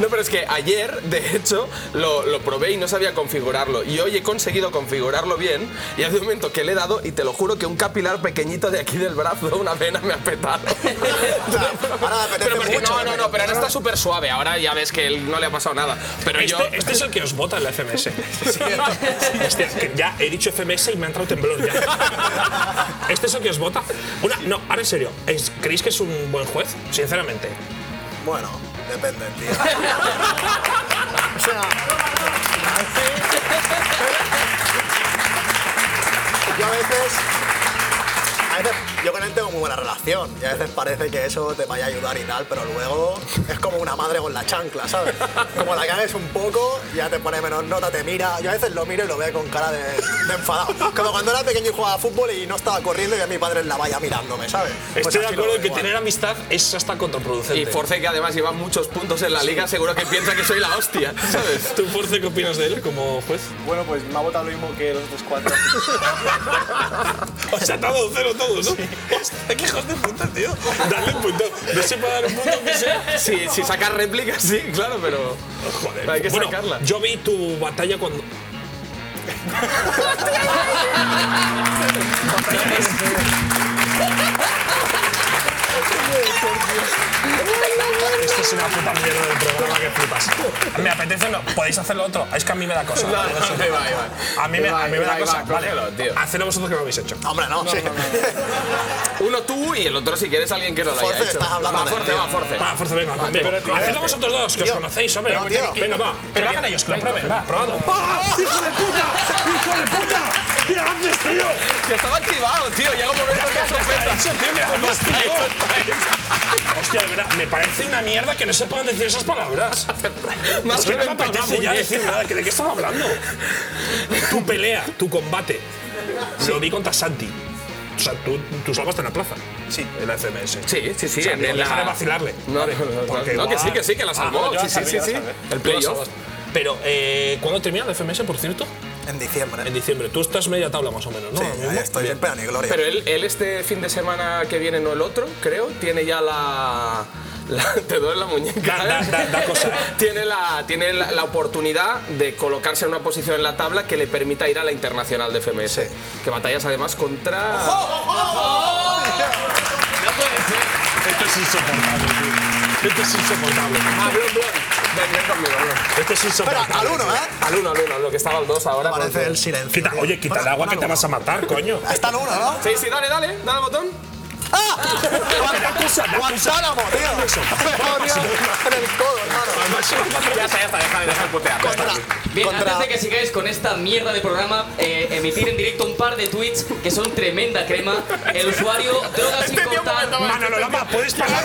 Speaker 2: No, pero es que ayer, de hecho, lo, lo probé y no sabía configurarlo. Y hoy he conseguido configurarlo bien. Y hace un momento que le he dado, y te lo juro que un capilar pequeñito de aquí del brazo, una vena, me ha petado.
Speaker 1: *laughs*
Speaker 8: Ahora me apetece
Speaker 2: Pero porque-
Speaker 8: mucho,
Speaker 2: no, no, no, pero ahora está súper suave. Ahora ya ves que él no le ha pasado nada. Pero yo.
Speaker 1: Este, este es el que os vota en la FMS. *laughs* Hostia, que ya he dicho FMS y me ha entrado temblor ya. Este es el que os vota. Una, no, ahora en serio, ¿es- ¿creéis que es un buen juez? Sinceramente.
Speaker 8: Bueno, depende, tío. O sea. Yo a veces. A veces yo con él tengo muy buena relación y a veces parece que eso te vaya a ayudar y tal, pero luego es como una madre con la chancla, ¿sabes? Como la cagues un poco, ya te pone menos nota, te mira. Yo a veces lo miro y lo veo con cara de, de enfadado. Como cuando era pequeño y jugaba a fútbol y no estaba corriendo y a mi padre en la valla mirándome, ¿sabes? Pues
Speaker 1: Estoy de
Speaker 8: así lo
Speaker 1: acuerdo en
Speaker 8: veo
Speaker 1: que
Speaker 8: igual.
Speaker 1: tener amistad es hasta contraproducente.
Speaker 2: Y Force, que además lleva muchos puntos en la liga, seguro que piensa que soy la hostia,
Speaker 1: *laughs*
Speaker 2: ¿sabes?
Speaker 1: ¿Tú, Force, qué opinas de él como juez? *laughs*
Speaker 13: Bueno, pues me ha votado lo mismo que los otros cuatro.
Speaker 1: O sea, te ha dado cero todos, ¿no?
Speaker 2: ¿Qué hijos de puta, tío? Dale un punto. No sé para dar un punto que sea. Si, si sacas réplicas, sí, claro, pero.
Speaker 1: Joder.
Speaker 2: Hay que
Speaker 1: Bueno,
Speaker 2: sacarla.
Speaker 1: Yo vi tu batalla cuando. Esto es una puta mierda de programa que flipas. Me apetece, no. Podéis hacerlo otro. Es que a mí me da cosa.
Speaker 2: No,
Speaker 1: ¿vale?
Speaker 2: no,
Speaker 1: Eso.
Speaker 2: ahí va, ahí va.
Speaker 1: A mí me, a mí me
Speaker 2: Ahí va,
Speaker 1: da
Speaker 2: ahí
Speaker 1: cosa.
Speaker 2: va,
Speaker 1: Vale,
Speaker 2: cógelo, tío.
Speaker 1: hacedlo vosotros que lo habéis hecho.
Speaker 8: Hombre, no, sí.
Speaker 2: Uno tú y el otro si quieres alguien que no lo haya
Speaker 8: Force,
Speaker 2: hecho.
Speaker 8: estás hablando
Speaker 2: Va,
Speaker 8: de-
Speaker 2: Force, va, Force.
Speaker 1: Va, fuerza, venga,
Speaker 2: Va,
Speaker 1: venga.
Speaker 2: tío.
Speaker 1: Hacedlo vosotros dos, que os
Speaker 2: Tío.
Speaker 1: conocéis, hombre.
Speaker 2: No, tío.
Speaker 1: Venga, va. Que lo hagan ellos, que lo prueben, va, probadlo. ¡Ah, ¡Hijo de puta! ¡Hijo de puta! ¿Qué haces, tío?
Speaker 2: Que estaba activado, tío. Llega un momento que se
Speaker 1: *laughs*
Speaker 2: ofenda.
Speaker 1: Eso, tío, me
Speaker 2: Está
Speaker 1: haces, tío.
Speaker 2: hecho, está hecho.
Speaker 1: Hostia, de verdad, me parece una mierda que no se puedan decir esas *laughs* palabras.
Speaker 2: Más
Speaker 1: es que no me
Speaker 2: bien para
Speaker 1: apetece
Speaker 2: la
Speaker 1: ya
Speaker 2: muñe.
Speaker 1: decir nada. ¿De qué estamos hablando? Tu pelea, tu combate. Lo vi contra Santi. O sea, tú, tú salvaste en la plaza. Sí. En la FMS.
Speaker 2: Sí, sí, sí.
Speaker 1: O sea,
Speaker 2: en
Speaker 1: no
Speaker 2: el-
Speaker 1: deja de vacilarle.
Speaker 2: No, no, no, no.
Speaker 1: Porque
Speaker 2: No, que
Speaker 1: igual-
Speaker 2: sí, que sí, que la salvó.
Speaker 1: Ah, no, ya
Speaker 2: sí, sí,
Speaker 1: sabía,
Speaker 2: sí,
Speaker 1: ya
Speaker 2: sí.
Speaker 1: sabía.
Speaker 2: El
Speaker 1: Tú la
Speaker 2: playoff.
Speaker 1: salvaste. Pero, eh, ¿cuándo termina la FMS, por cierto?
Speaker 8: En diciembre.
Speaker 1: En diciembre. Tú estás media tabla más o menos, ¿no?
Speaker 8: Sí,
Speaker 1: Ahora mismo.
Speaker 8: ahí estoy en plan y gloria.
Speaker 2: Pero él, él este fin de semana que viene, no el otro, creo, tiene ya la. la- *laughs* te duele la muñeca.
Speaker 1: Da-
Speaker 2: ¿eh?
Speaker 1: da- da- da cosa, ¿eh?
Speaker 2: *laughs* tiene la, tiene la, la oportunidad de colocarse en una posición en la tabla que le permita ir a la internacional de FMS. Que batallas además contra.
Speaker 1: Esto es insoportable, tío. Esto es insoportable.
Speaker 2: Hablo, Ah, Ven, ven conmigo, hablo.
Speaker 1: Esto es insoportable.
Speaker 8: Pero al uno, ¿eh?
Speaker 2: Al uno, al uno, lo que estaba al dos ahora.
Speaker 8: Parece
Speaker 2: porque-
Speaker 8: el silencio.
Speaker 1: Quita-
Speaker 8: tío.
Speaker 1: oye, quita el
Speaker 8: Bueno,
Speaker 1: agua que te
Speaker 8: bueno.
Speaker 1: vas a matar, coño.
Speaker 8: Está el uno, ¿no?
Speaker 2: Sí, sí, dale, dale, dale al botón.
Speaker 8: Guantánamo, tío. *laughs* En el codo, hermano.
Speaker 2: Ya está, ya está, déjame, déjame putear.
Speaker 6: Bien,
Speaker 8: Contra-
Speaker 6: antes de que sigáis con esta mierda de programa, eh, emitir en directo un par de tweets que son tremenda crema. El usuario drogas sin contar.
Speaker 1: Manolo Lama, ¿puedes parar?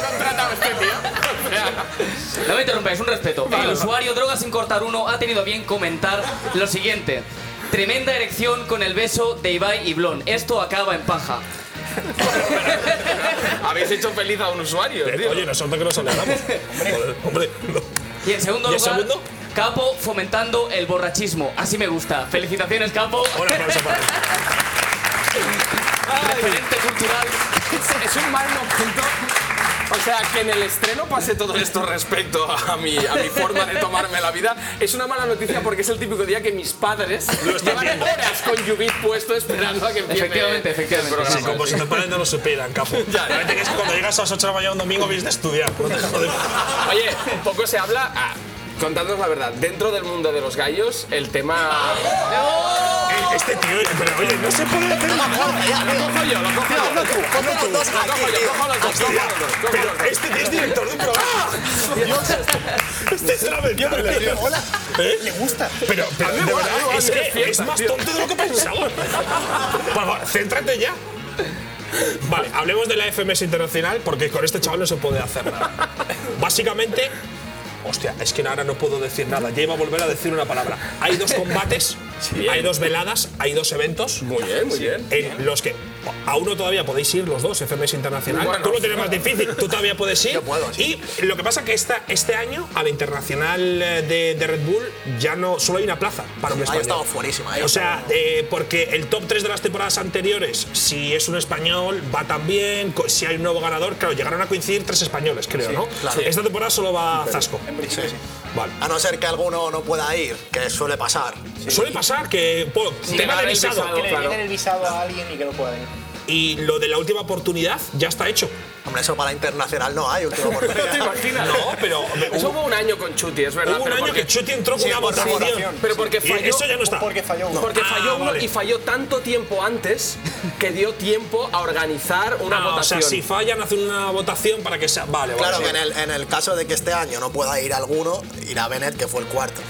Speaker 6: No me interrumpáis, un respeto. El usuario Droga Sin Cortar 1 ha tenido a bien comentar lo siguiente. Tremenda erección con el beso de Ibai y Blon. Esto acaba en paja.
Speaker 2: Habéis hecho feliz a un usuario, tío.
Speaker 1: Oye, nosotros que nos alegramos. Joder, hombre, no.
Speaker 6: Y en segundo
Speaker 1: ¿Y en
Speaker 6: lugar,
Speaker 1: segundo?
Speaker 6: Capo fomentando el borrachismo. Así me gusta. Felicitaciones, Capo.
Speaker 1: Un aplauso para él.
Speaker 6: Referente cultural.
Speaker 2: Es un mal punto. O sea, que en el estreno pase todo esto respecto a mi, a mi forma de tomarme la vida es una mala noticia porque es el típico día que mis padres llevan horas con Yubit puesto esperando a que empiece
Speaker 6: Efectivamente, efectivamente.
Speaker 2: el programa.
Speaker 1: Sí, como si te ponen no lo supieran, capo. *laughs*
Speaker 2: Ya.
Speaker 1: Parece que es que cuando llegas a las 8 de la mañana un domingo vienes de estudiar. *laughs* No te jodes.
Speaker 2: Oye, poco se habla. Ah, contadnos la verdad, dentro del mundo de los gallos, el tema.
Speaker 1: Ah, Eh, Este tío, pero oye, no se puede hacer nada.
Speaker 2: Lo cojo yo, lo cojo yo. Lo cojo yo, lo cojo yo, cojo los dos, cojo
Speaker 1: Hostia,
Speaker 2: los dos, cojo
Speaker 1: pero
Speaker 2: los dos.
Speaker 1: este es director de un programa. Este es lamentable, tío. Hola. Le gusta. Pero, pero
Speaker 2: A mí
Speaker 1: de
Speaker 2: me mola,
Speaker 1: verdad,
Speaker 2: a mí me
Speaker 1: es,
Speaker 2: mola,
Speaker 1: que
Speaker 2: es fiesta,
Speaker 1: es más
Speaker 2: tío.
Speaker 1: tonto de lo que pensamos. Por favor, céntrate ya. Vale, hablemos de la FMS Internacional porque con este chaval no se puede hacer nada. Básicamente, hostia, es que ahora no puedo decir nada. Ya iba a volver a decir una palabra. Hay dos combates, hay dos veladas, hay dos eventos.
Speaker 2: Muy bien, muy bien.
Speaker 1: En los que a uno todavía podéis ir los dos, FMS Internacional.
Speaker 2: Bueno.
Speaker 1: Tú lo tienes más difícil, tú todavía puedes ir.
Speaker 8: Yo puedo,
Speaker 1: Y lo que pasa que esta, este año a la Internacional eh, de, de Red Bull ya no solo hay una plaza para un
Speaker 8: Ahí
Speaker 1: español.
Speaker 8: estaba fuerísima. ahí
Speaker 1: O sea,
Speaker 8: estaba.
Speaker 1: eh, porque el top 3 de las temporadas anteriores, si es un español, va tan bien, co- si hay un nuevo ganador, claro, llegaron a coincidir tres españoles, creo, ¿no?
Speaker 8: claro.
Speaker 1: Esta temporada solo va Zasco.
Speaker 8: Sí, Ah, sí.
Speaker 1: Vale.
Speaker 8: A no ser que alguno no pueda ir, que suele pasar.
Speaker 1: Suele pasar que po, tema
Speaker 2: ganar
Speaker 1: de
Speaker 2: el
Speaker 1: visado.
Speaker 2: visado, claro.
Speaker 14: el visado a alguien y que no pueda ir.
Speaker 1: Y lo de la última oportunidad ya está hecho.
Speaker 8: Hombre, eso para internacional no
Speaker 14: *laughs*
Speaker 8: hay última
Speaker 2: ¿Te
Speaker 8: oportunidad.
Speaker 2: imaginas?
Speaker 1: No,
Speaker 2: *laughs*
Speaker 1: pero
Speaker 2: Eso hubo un año con Chuti, es verdad.
Speaker 1: Hubo un
Speaker 2: pero
Speaker 1: año
Speaker 2: porque-
Speaker 1: que Chuti entró con
Speaker 2: Sí,
Speaker 1: una
Speaker 2: por- sí,
Speaker 1: votación.
Speaker 2: Pero porque
Speaker 1: Y
Speaker 2: falló.
Speaker 1: Eso ya no está.
Speaker 14: Porque falló uno.
Speaker 2: Porque
Speaker 1: Ah,
Speaker 2: falló uno
Speaker 1: vale.
Speaker 2: y falló tanto tiempo antes que dio tiempo a organizar una
Speaker 1: Ah, o sea,
Speaker 2: votación.
Speaker 1: si fallan, hacen una votación para que sea. Vale, vale.
Speaker 8: Claro
Speaker 1: sí.
Speaker 8: que en el, en el caso de que este año no pueda ir alguno, irá Bennett, que fue el cuarto.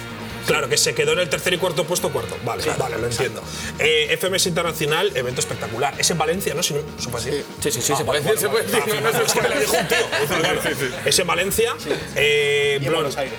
Speaker 1: Claro, que se quedó en el tercer y cuarto puesto, cuarto. Vale, vale, lo entiendo. Eh, FMS Internacional, evento espectacular. Es en Valencia, ¿no? Si no supo así. Ah,
Speaker 2: Sí, sí, sí, se
Speaker 1: vale,
Speaker 2: puede decir,
Speaker 1: vale,
Speaker 2: se puede
Speaker 1: vale.
Speaker 2: decir.
Speaker 1: Ah, Es que me lo dijo un tío. Claro. Es en Valencia.
Speaker 14: Y
Speaker 1: Eh,
Speaker 14: en
Speaker 1: Blon,
Speaker 14: Buenos Aires.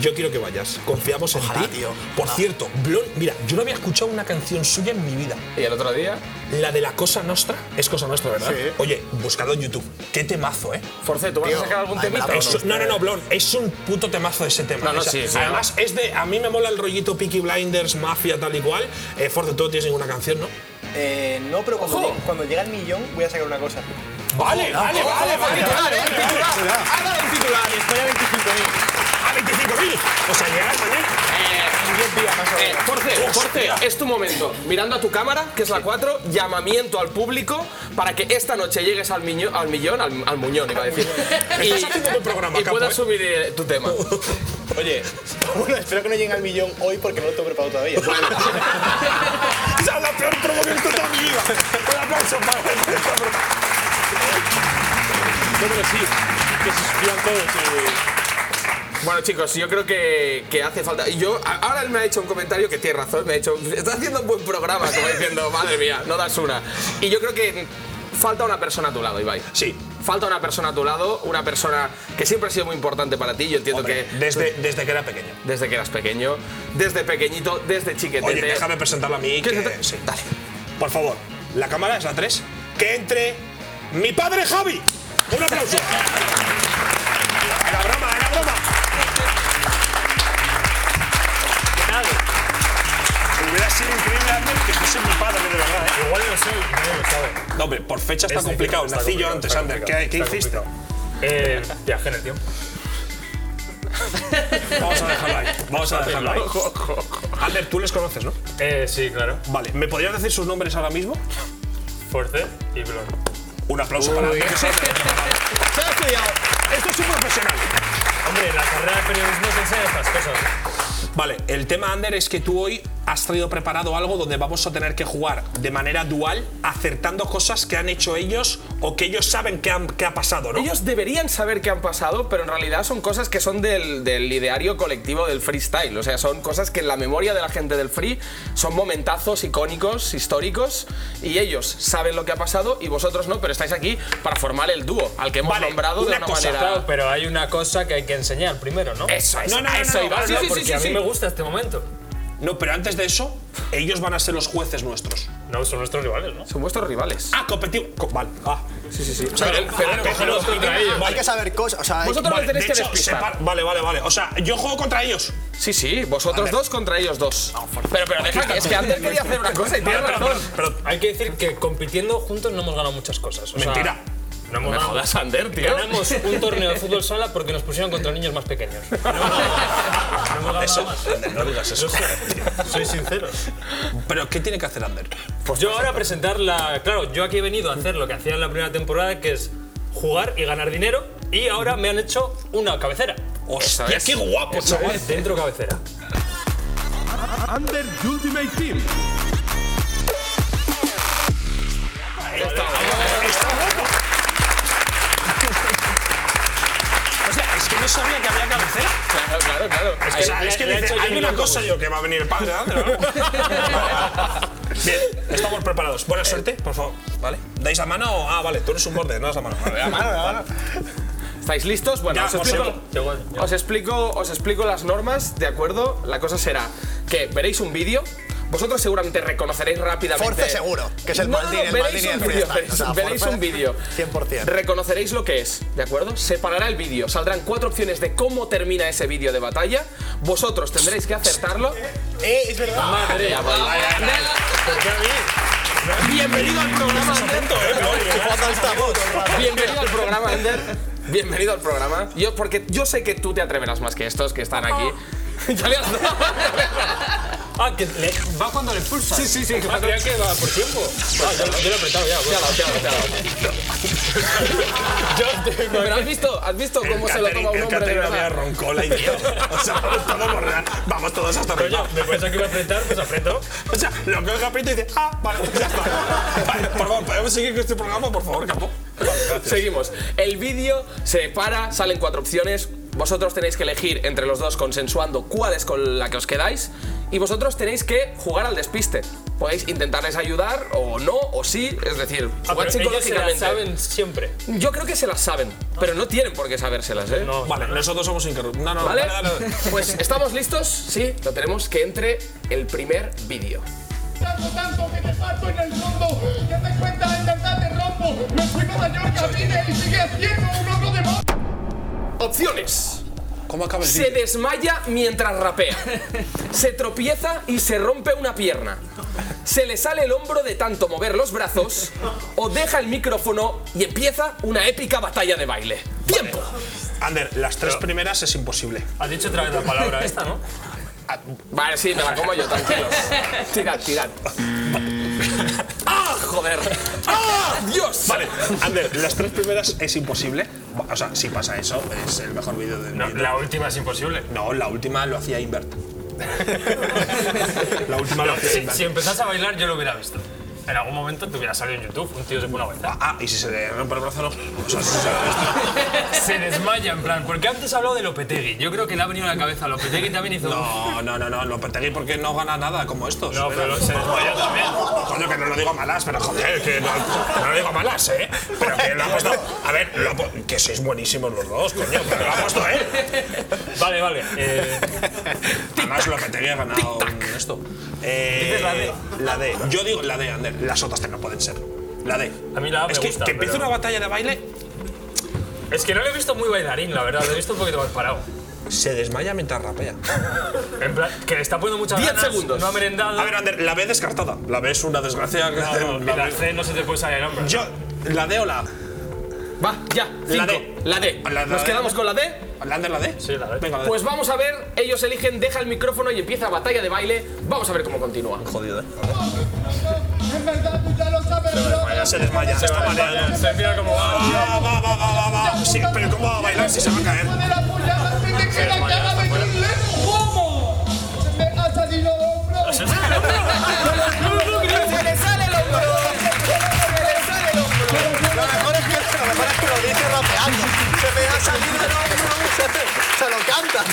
Speaker 1: yo quiero que vayas. Confiamos en
Speaker 8: Ojalá,
Speaker 1: ti.
Speaker 8: tío.
Speaker 1: Por
Speaker 8: Ojalá.
Speaker 1: cierto, Blon, mira, yo no había escuchado una canción suya en mi vida.
Speaker 2: Y el otro día,
Speaker 1: La de la cosa nostra es cosa nuestra, ¿verdad?
Speaker 8: Sí.
Speaker 1: Oye, buscado en YouTube. Qué temazo, ¿eh?
Speaker 2: Force, ¿tú vas
Speaker 8: Tío,
Speaker 2: a sacar algún
Speaker 8: ay, me la
Speaker 2: temita? o no? eh.
Speaker 1: Es- no, no, no, Blon, es un puto temazo ese tema.
Speaker 2: No, no,
Speaker 1: O sea,
Speaker 2: sí, sí,
Speaker 1: además, es de. A mí me mola el rollito Peaky Blinders, Mafia, tal y cual. Eh, Forza, tú no tienes ninguna canción, ¿no?
Speaker 14: Eh, no, pero cuando, llegue- cuando llegue al millón voy a sacar una cosa. *laughs*
Speaker 1: Vale, vale, *laughs* vale, vale,
Speaker 14: titular,
Speaker 1: vale,
Speaker 14: eh,
Speaker 1: vale,
Speaker 14: titular.
Speaker 1: vale.
Speaker 14: Hágalo en titular. Y estoy a
Speaker 1: 25.000. O sea, llegar mañana.
Speaker 2: Eh, Jorge, Jorge, es tu momento. Mirando a tu cámara, que es la 4, llamamiento al público para que esta noche llegues al, miño- al millón, al, al muñón, iba a decir.
Speaker 1: *laughs* Estás haciendo tu programa,
Speaker 2: y
Speaker 1: Capo,
Speaker 2: puedas
Speaker 1: ¿eh?
Speaker 2: subir eh, tu tema.
Speaker 14: Oye, bueno, espero que no lleguen al millón hoy porque no lo tengo preparado todavía.
Speaker 1: *laughs* Esa es la peor promo que he visto en toda mi vida. Un aplauso para el
Speaker 15: Yo creo que sí, que se suscriban todos. eh.
Speaker 2: Bueno, chicos, yo creo que, que hace falta. y Yo, a- ahora él me ha hecho un comentario que tiene razón. Me ha dicho, está haciendo un buen programa, como diciendo, *laughs* madre mía, no das una. Y yo creo que falta una persona a tu lado, Ibai.
Speaker 1: Sí.
Speaker 2: Falta una persona a tu lado, una persona que siempre ha sido muy importante para ti. Yo entiendo que.
Speaker 1: Desde, desde que era pequeño.
Speaker 2: Desde que eras pequeño, desde pequeñito, desde chiquetete.
Speaker 1: Oye, déjame presentarla a mí. Que, sí. Por favor, la cámara es la 3. Que entre mi padre Javi. Un aplauso. Era broma, era broma.
Speaker 5: ¿Qué tal? Hubiera sido increíble Ander, que fuese mi padre, de verdad. ¿eh?
Speaker 1: Igual no soy, nadie lo sabe. No, hombre, por fecha está
Speaker 15: Es-
Speaker 1: complicado.
Speaker 15: está
Speaker 1: Nací yo
Speaker 15: complicado,
Speaker 1: antes,
Speaker 15: está
Speaker 1: Ander. ¿Qué,
Speaker 15: complicado,
Speaker 1: qué
Speaker 15: está
Speaker 1: hiciste?
Speaker 15: Eh, viajé en el tiempo.
Speaker 1: Vamos a dejarlo ahí. Vamos a dejarlo ahí.
Speaker 15: Ojo,
Speaker 1: Ander, tú les conoces, ¿no?
Speaker 15: Eh, sí, claro.
Speaker 1: Vale, ¿me podrías decir sus nombres ahora mismo?
Speaker 15: Force y Blon.
Speaker 1: Un aplauso para Ander.
Speaker 15: Se ha estudiado.
Speaker 1: Esto es un profesional.
Speaker 15: Hombre, la carrera de periodismo te enseña estas cosas.
Speaker 1: Vale, el tema, Ander, es que tú hoy has traído preparado algo donde vamos a tener que jugar de manera dual, acertando cosas que han hecho ellos o que ellos saben que, han- que ha pasado, ¿no?
Speaker 2: Ellos deberían saber qué han pasado, pero en realidad son cosas que son del, del ideario colectivo del freestyle. O sea, son cosas que en la memoria de la gente del free son momentazos icónicos, históricos, y ellos saben lo que ha pasado y vosotros no, pero estáis aquí para formar el dúo, al que hemos nombrado de una manera.
Speaker 15: Claro, pero hay una cosa que hay que enseñar primero, ¿no?
Speaker 2: Eso es,
Speaker 15: No, no, no,
Speaker 2: eso
Speaker 15: no,
Speaker 2: iba,
Speaker 15: no,
Speaker 2: sí, sí,
Speaker 15: porque
Speaker 2: sí,
Speaker 15: a
Speaker 2: sí,
Speaker 15: mí
Speaker 2: sí.
Speaker 15: me gusta este momento.
Speaker 1: No, pero antes de eso, ellos van a ser los jueces nuestros.
Speaker 15: No, son nuestros rivales, ¿no?
Speaker 2: Son vuestros rivales.
Speaker 1: Ah, competimos. Co- vale, ah.
Speaker 2: Sí, sí, sí.
Speaker 1: O sea,
Speaker 2: Pero-
Speaker 1: que-
Speaker 2: pero
Speaker 1: ah,
Speaker 2: cogemos
Speaker 1: vale,
Speaker 2: contra
Speaker 1: vale,
Speaker 2: ellos.
Speaker 1: vale.
Speaker 2: Hay que saber cosas, o sea, hay- Vosotros
Speaker 1: Vale,
Speaker 2: me tenéis
Speaker 1: de
Speaker 2: que
Speaker 1: hecho,
Speaker 2: despistar.
Speaker 1: separ- Vale, vale, vale. O sea, yo juego contra ellos.
Speaker 2: Sí, sí, vosotros dos contra ellos dos. Pero, pero deja que es que antes quería hacer una cosa y tiene
Speaker 15: Pero, pero,
Speaker 2: razón.
Speaker 15: Pero hay que decir que compitiendo juntos no hemos ganado muchas cosas. o sea,
Speaker 2: Mentira.
Speaker 15: no hemos
Speaker 2: me
Speaker 15: ganado-
Speaker 2: jodas, Ander, tío.
Speaker 15: Ganamos un torneo de fútbol sala porque nos pusieron contra niños más pequeños. No, *laughs* no, no,
Speaker 1: Eso, Ander, no digas eso.
Speaker 15: Soy sincero.
Speaker 1: Pero, ¿qué tiene que hacer Ander?
Speaker 15: yo ahora presentar la. Claro, yo aquí he venido a hacer lo que hacía en la primera temporada, que es jugar y ganar dinero. Y ahora me han hecho una cabecera.
Speaker 1: Hostia,
Speaker 15: es.
Speaker 1: qué guapo,
Speaker 15: Eso
Speaker 1: chaval.
Speaker 15: es, Dentro cabecera.
Speaker 16: Under Ultimate Team.
Speaker 1: *laughs* O sea, es que no sabía que había cabecera.
Speaker 2: Claro, claro, claro.
Speaker 1: Es que, o sea, es que dice, hay una cosa yo que va a venir el padre, Ander,
Speaker 15: *laughs*
Speaker 1: ¿no? Bien, estamos preparados. Buena suerte, por favor. ¿Vale? ¿Dais la mano o.? Ah, vale, tú eres un borde, no das la mano. Vale, la mano, la mano.
Speaker 2: ¿Estáis listos? Bueno,
Speaker 1: Ya,
Speaker 2: os
Speaker 1: por
Speaker 2: explico,
Speaker 1: favor.
Speaker 2: os, explico, os explico las normas, ¿de acuerdo? La cosa será que veréis un vídeo. Vosotros seguramente reconoceréis rápidamente.
Speaker 8: Force seguro, que es el
Speaker 2: No, no,
Speaker 8: Maldini,
Speaker 2: no,
Speaker 8: el
Speaker 2: veréis
Speaker 8: Maldini
Speaker 2: un
Speaker 8: del
Speaker 2: vídeo.
Speaker 8: freestyle,
Speaker 2: Veréis,
Speaker 8: o sea,
Speaker 2: veréis
Speaker 8: Force
Speaker 2: un vídeo.
Speaker 8: 100%.
Speaker 2: Reconoceréis lo que es, ¿de acuerdo? Separará el vídeo. Saldrán cuatro opciones de cómo termina ese vídeo de batalla. Vosotros tendréis que acertarlo.
Speaker 8: Eh, es verdad.
Speaker 2: Madre
Speaker 8: Ah, vale, vale, vale.
Speaker 2: Bienvenido al programa, Ander.
Speaker 1: eh,
Speaker 8: ¿Cuándo estamos?
Speaker 2: Bienvenido al programa, Ander. Bienvenido al programa. Yo, porque yo sé que tú te atreverás más que estos que están aquí. *laughs* ya le has dado.
Speaker 15: Ah, que le- Oh. va cuando le pulsa.
Speaker 2: Sí, sí, sí.
Speaker 15: Ah, creía que va por tiempo. Ah, yo, yo lo he apretado ya.
Speaker 2: Te ha dado, te ha dado, te ha dado.
Speaker 15: *laughs*
Speaker 2: Pero has visto, has visto cómo se lo toma un hombre de
Speaker 1: Caterina
Speaker 2: verdad.
Speaker 1: roncola, idiota. O sea, vamos todos borrar. Vamos todos hasta arriba.
Speaker 15: Me pensaba que iba a apretar, pues apreto.
Speaker 1: O sea, lo que el Pito y dice, ah, vale, ya está. Vale, por favor, ¿podemos seguir con este programa, por favor, capo?
Speaker 2: Seguimos. El vídeo se para, salen cuatro opciones. Vosotros tenéis que elegir entre los dos consensuando cuál es con la que os quedáis. Y vosotros tenéis que jugar al despiste. Podéis intentarles ayudar o no, o sí. Es decir,
Speaker 15: Ah,
Speaker 2: jugar
Speaker 15: pero ellos se la
Speaker 2: psicológicamente.
Speaker 15: saben siempre.
Speaker 2: Yo creo que se las saben, pero no tienen por qué sabérselas, ¿eh?
Speaker 1: Vale, nosotros somos incorruptibles. No, no,
Speaker 2: ¿Vale?
Speaker 1: dale, dale, dale.
Speaker 2: Pues estamos listos, sí, lo tenemos que entre el primer vídeo.
Speaker 17: Tanto, tanto que te parto en el fondo, que te cuenta en verdad te rompo. Me fui a Mallorca, vine y sigue haciendo un ogro de mo-
Speaker 2: Opciones.
Speaker 1: ¿Cómo acaba el
Speaker 2: Se desmaya mientras rapea. Se tropieza y se rompe una pierna. se le sale el hombro de tanto mover los brazos o deja el micrófono y empieza una épica batalla de baile. ¡Tiempo!
Speaker 1: Ander, las tres primeras es imposible.
Speaker 15: Has dicho otra vez la palabra esta, ¿no?
Speaker 2: Vale, sí, me la como yo, tranquilos. Tirad, tirad. ¡Ah, joder! ¡Ah, Dios!
Speaker 1: *laughs* Vale, Ander, las tres primeras es imposible. O sea, si pasa eso, es el mejor vídeo del mundo.
Speaker 15: La última es imposible.
Speaker 1: No, la última lo hacía Invert.
Speaker 15: *laughs*
Speaker 1: la última lo
Speaker 15: No,
Speaker 1: hacía
Speaker 15: si,
Speaker 1: Invert.
Speaker 15: si empezás a bailar, yo lo hubiera visto. En algún momento te hubiera salido en YouTube, un tío se pone a bailar.
Speaker 1: Ah, y si se le rompe el brazo, no. O sea, si se le-
Speaker 15: Se desmaya, en plan, porque antes habló de Lopetegui. Yo creo que le ha venido a la cabeza. Lopetegui también hizo.
Speaker 1: No, no, no, no, Lopetegui porque no gana nada como estos. No,
Speaker 15: pero se desmayó también.
Speaker 1: Coño, que no lo digo a malas, pero joder, que no, que no lo digo a malas, ¿eh? Pero que lo ha puesto. A ver, lo ha pu- que sois buenísimos los dos, coño, pero lo ha puesto él.
Speaker 15: Vale, vale. eh,
Speaker 1: Además, Lopetegui ha ganado un esto. Eh,
Speaker 15: Dices la D.
Speaker 1: La D. Yo digo la D, Ander. Las otras que no pueden ser. La D.
Speaker 15: A mí la A me
Speaker 1: Es que,
Speaker 15: gusta,
Speaker 1: que empiece
Speaker 15: pero-
Speaker 1: una batalla de baile,
Speaker 15: es que no lo he visto muy bailarín, la verdad. Lo he visto un poquito más parado.
Speaker 1: se desmaya mientras rapea.
Speaker 15: En plan, que le está poniendo muchas
Speaker 1: 10
Speaker 15: ganas, No ha merendado.
Speaker 1: A ver, Ander, la B descartada. La B es una desgracia. que-
Speaker 15: No, no,
Speaker 1: *laughs*
Speaker 15: y
Speaker 1: la
Speaker 15: la
Speaker 1: B-
Speaker 15: C no se te puede salir el nombre.
Speaker 1: Yo, la D o la A.
Speaker 2: Va, ya.
Speaker 1: La
Speaker 2: cinco.
Speaker 1: D.
Speaker 2: La D.
Speaker 1: La- la
Speaker 2: ¿Nos
Speaker 1: D.
Speaker 2: quedamos con la D?
Speaker 1: ¿La Ander la D? Sí, la D. Venga, la D.
Speaker 2: Pues vamos a ver, ellos eligen, deja el micrófono y empieza batalla de baile. Vamos a ver cómo continúa.
Speaker 1: Jodido,
Speaker 17: En verdad tú ya lo sabes,
Speaker 1: Vaya, se desmaya. Se está mareando. Se mira como va. Va, va, va, va, va, va. Sí, pero ¿cómo va a bailar si se va a caer?
Speaker 17: que la cara de John Lennon. ¿Cómo? Se me ha salido el hombro.
Speaker 1: Se
Speaker 17: le sale el hombro. Se le sale el hombro.
Speaker 8: Lo mejor es que, lo mejor es que lo dice rapeando. Se me ha salido el hombro, se, se lo canta.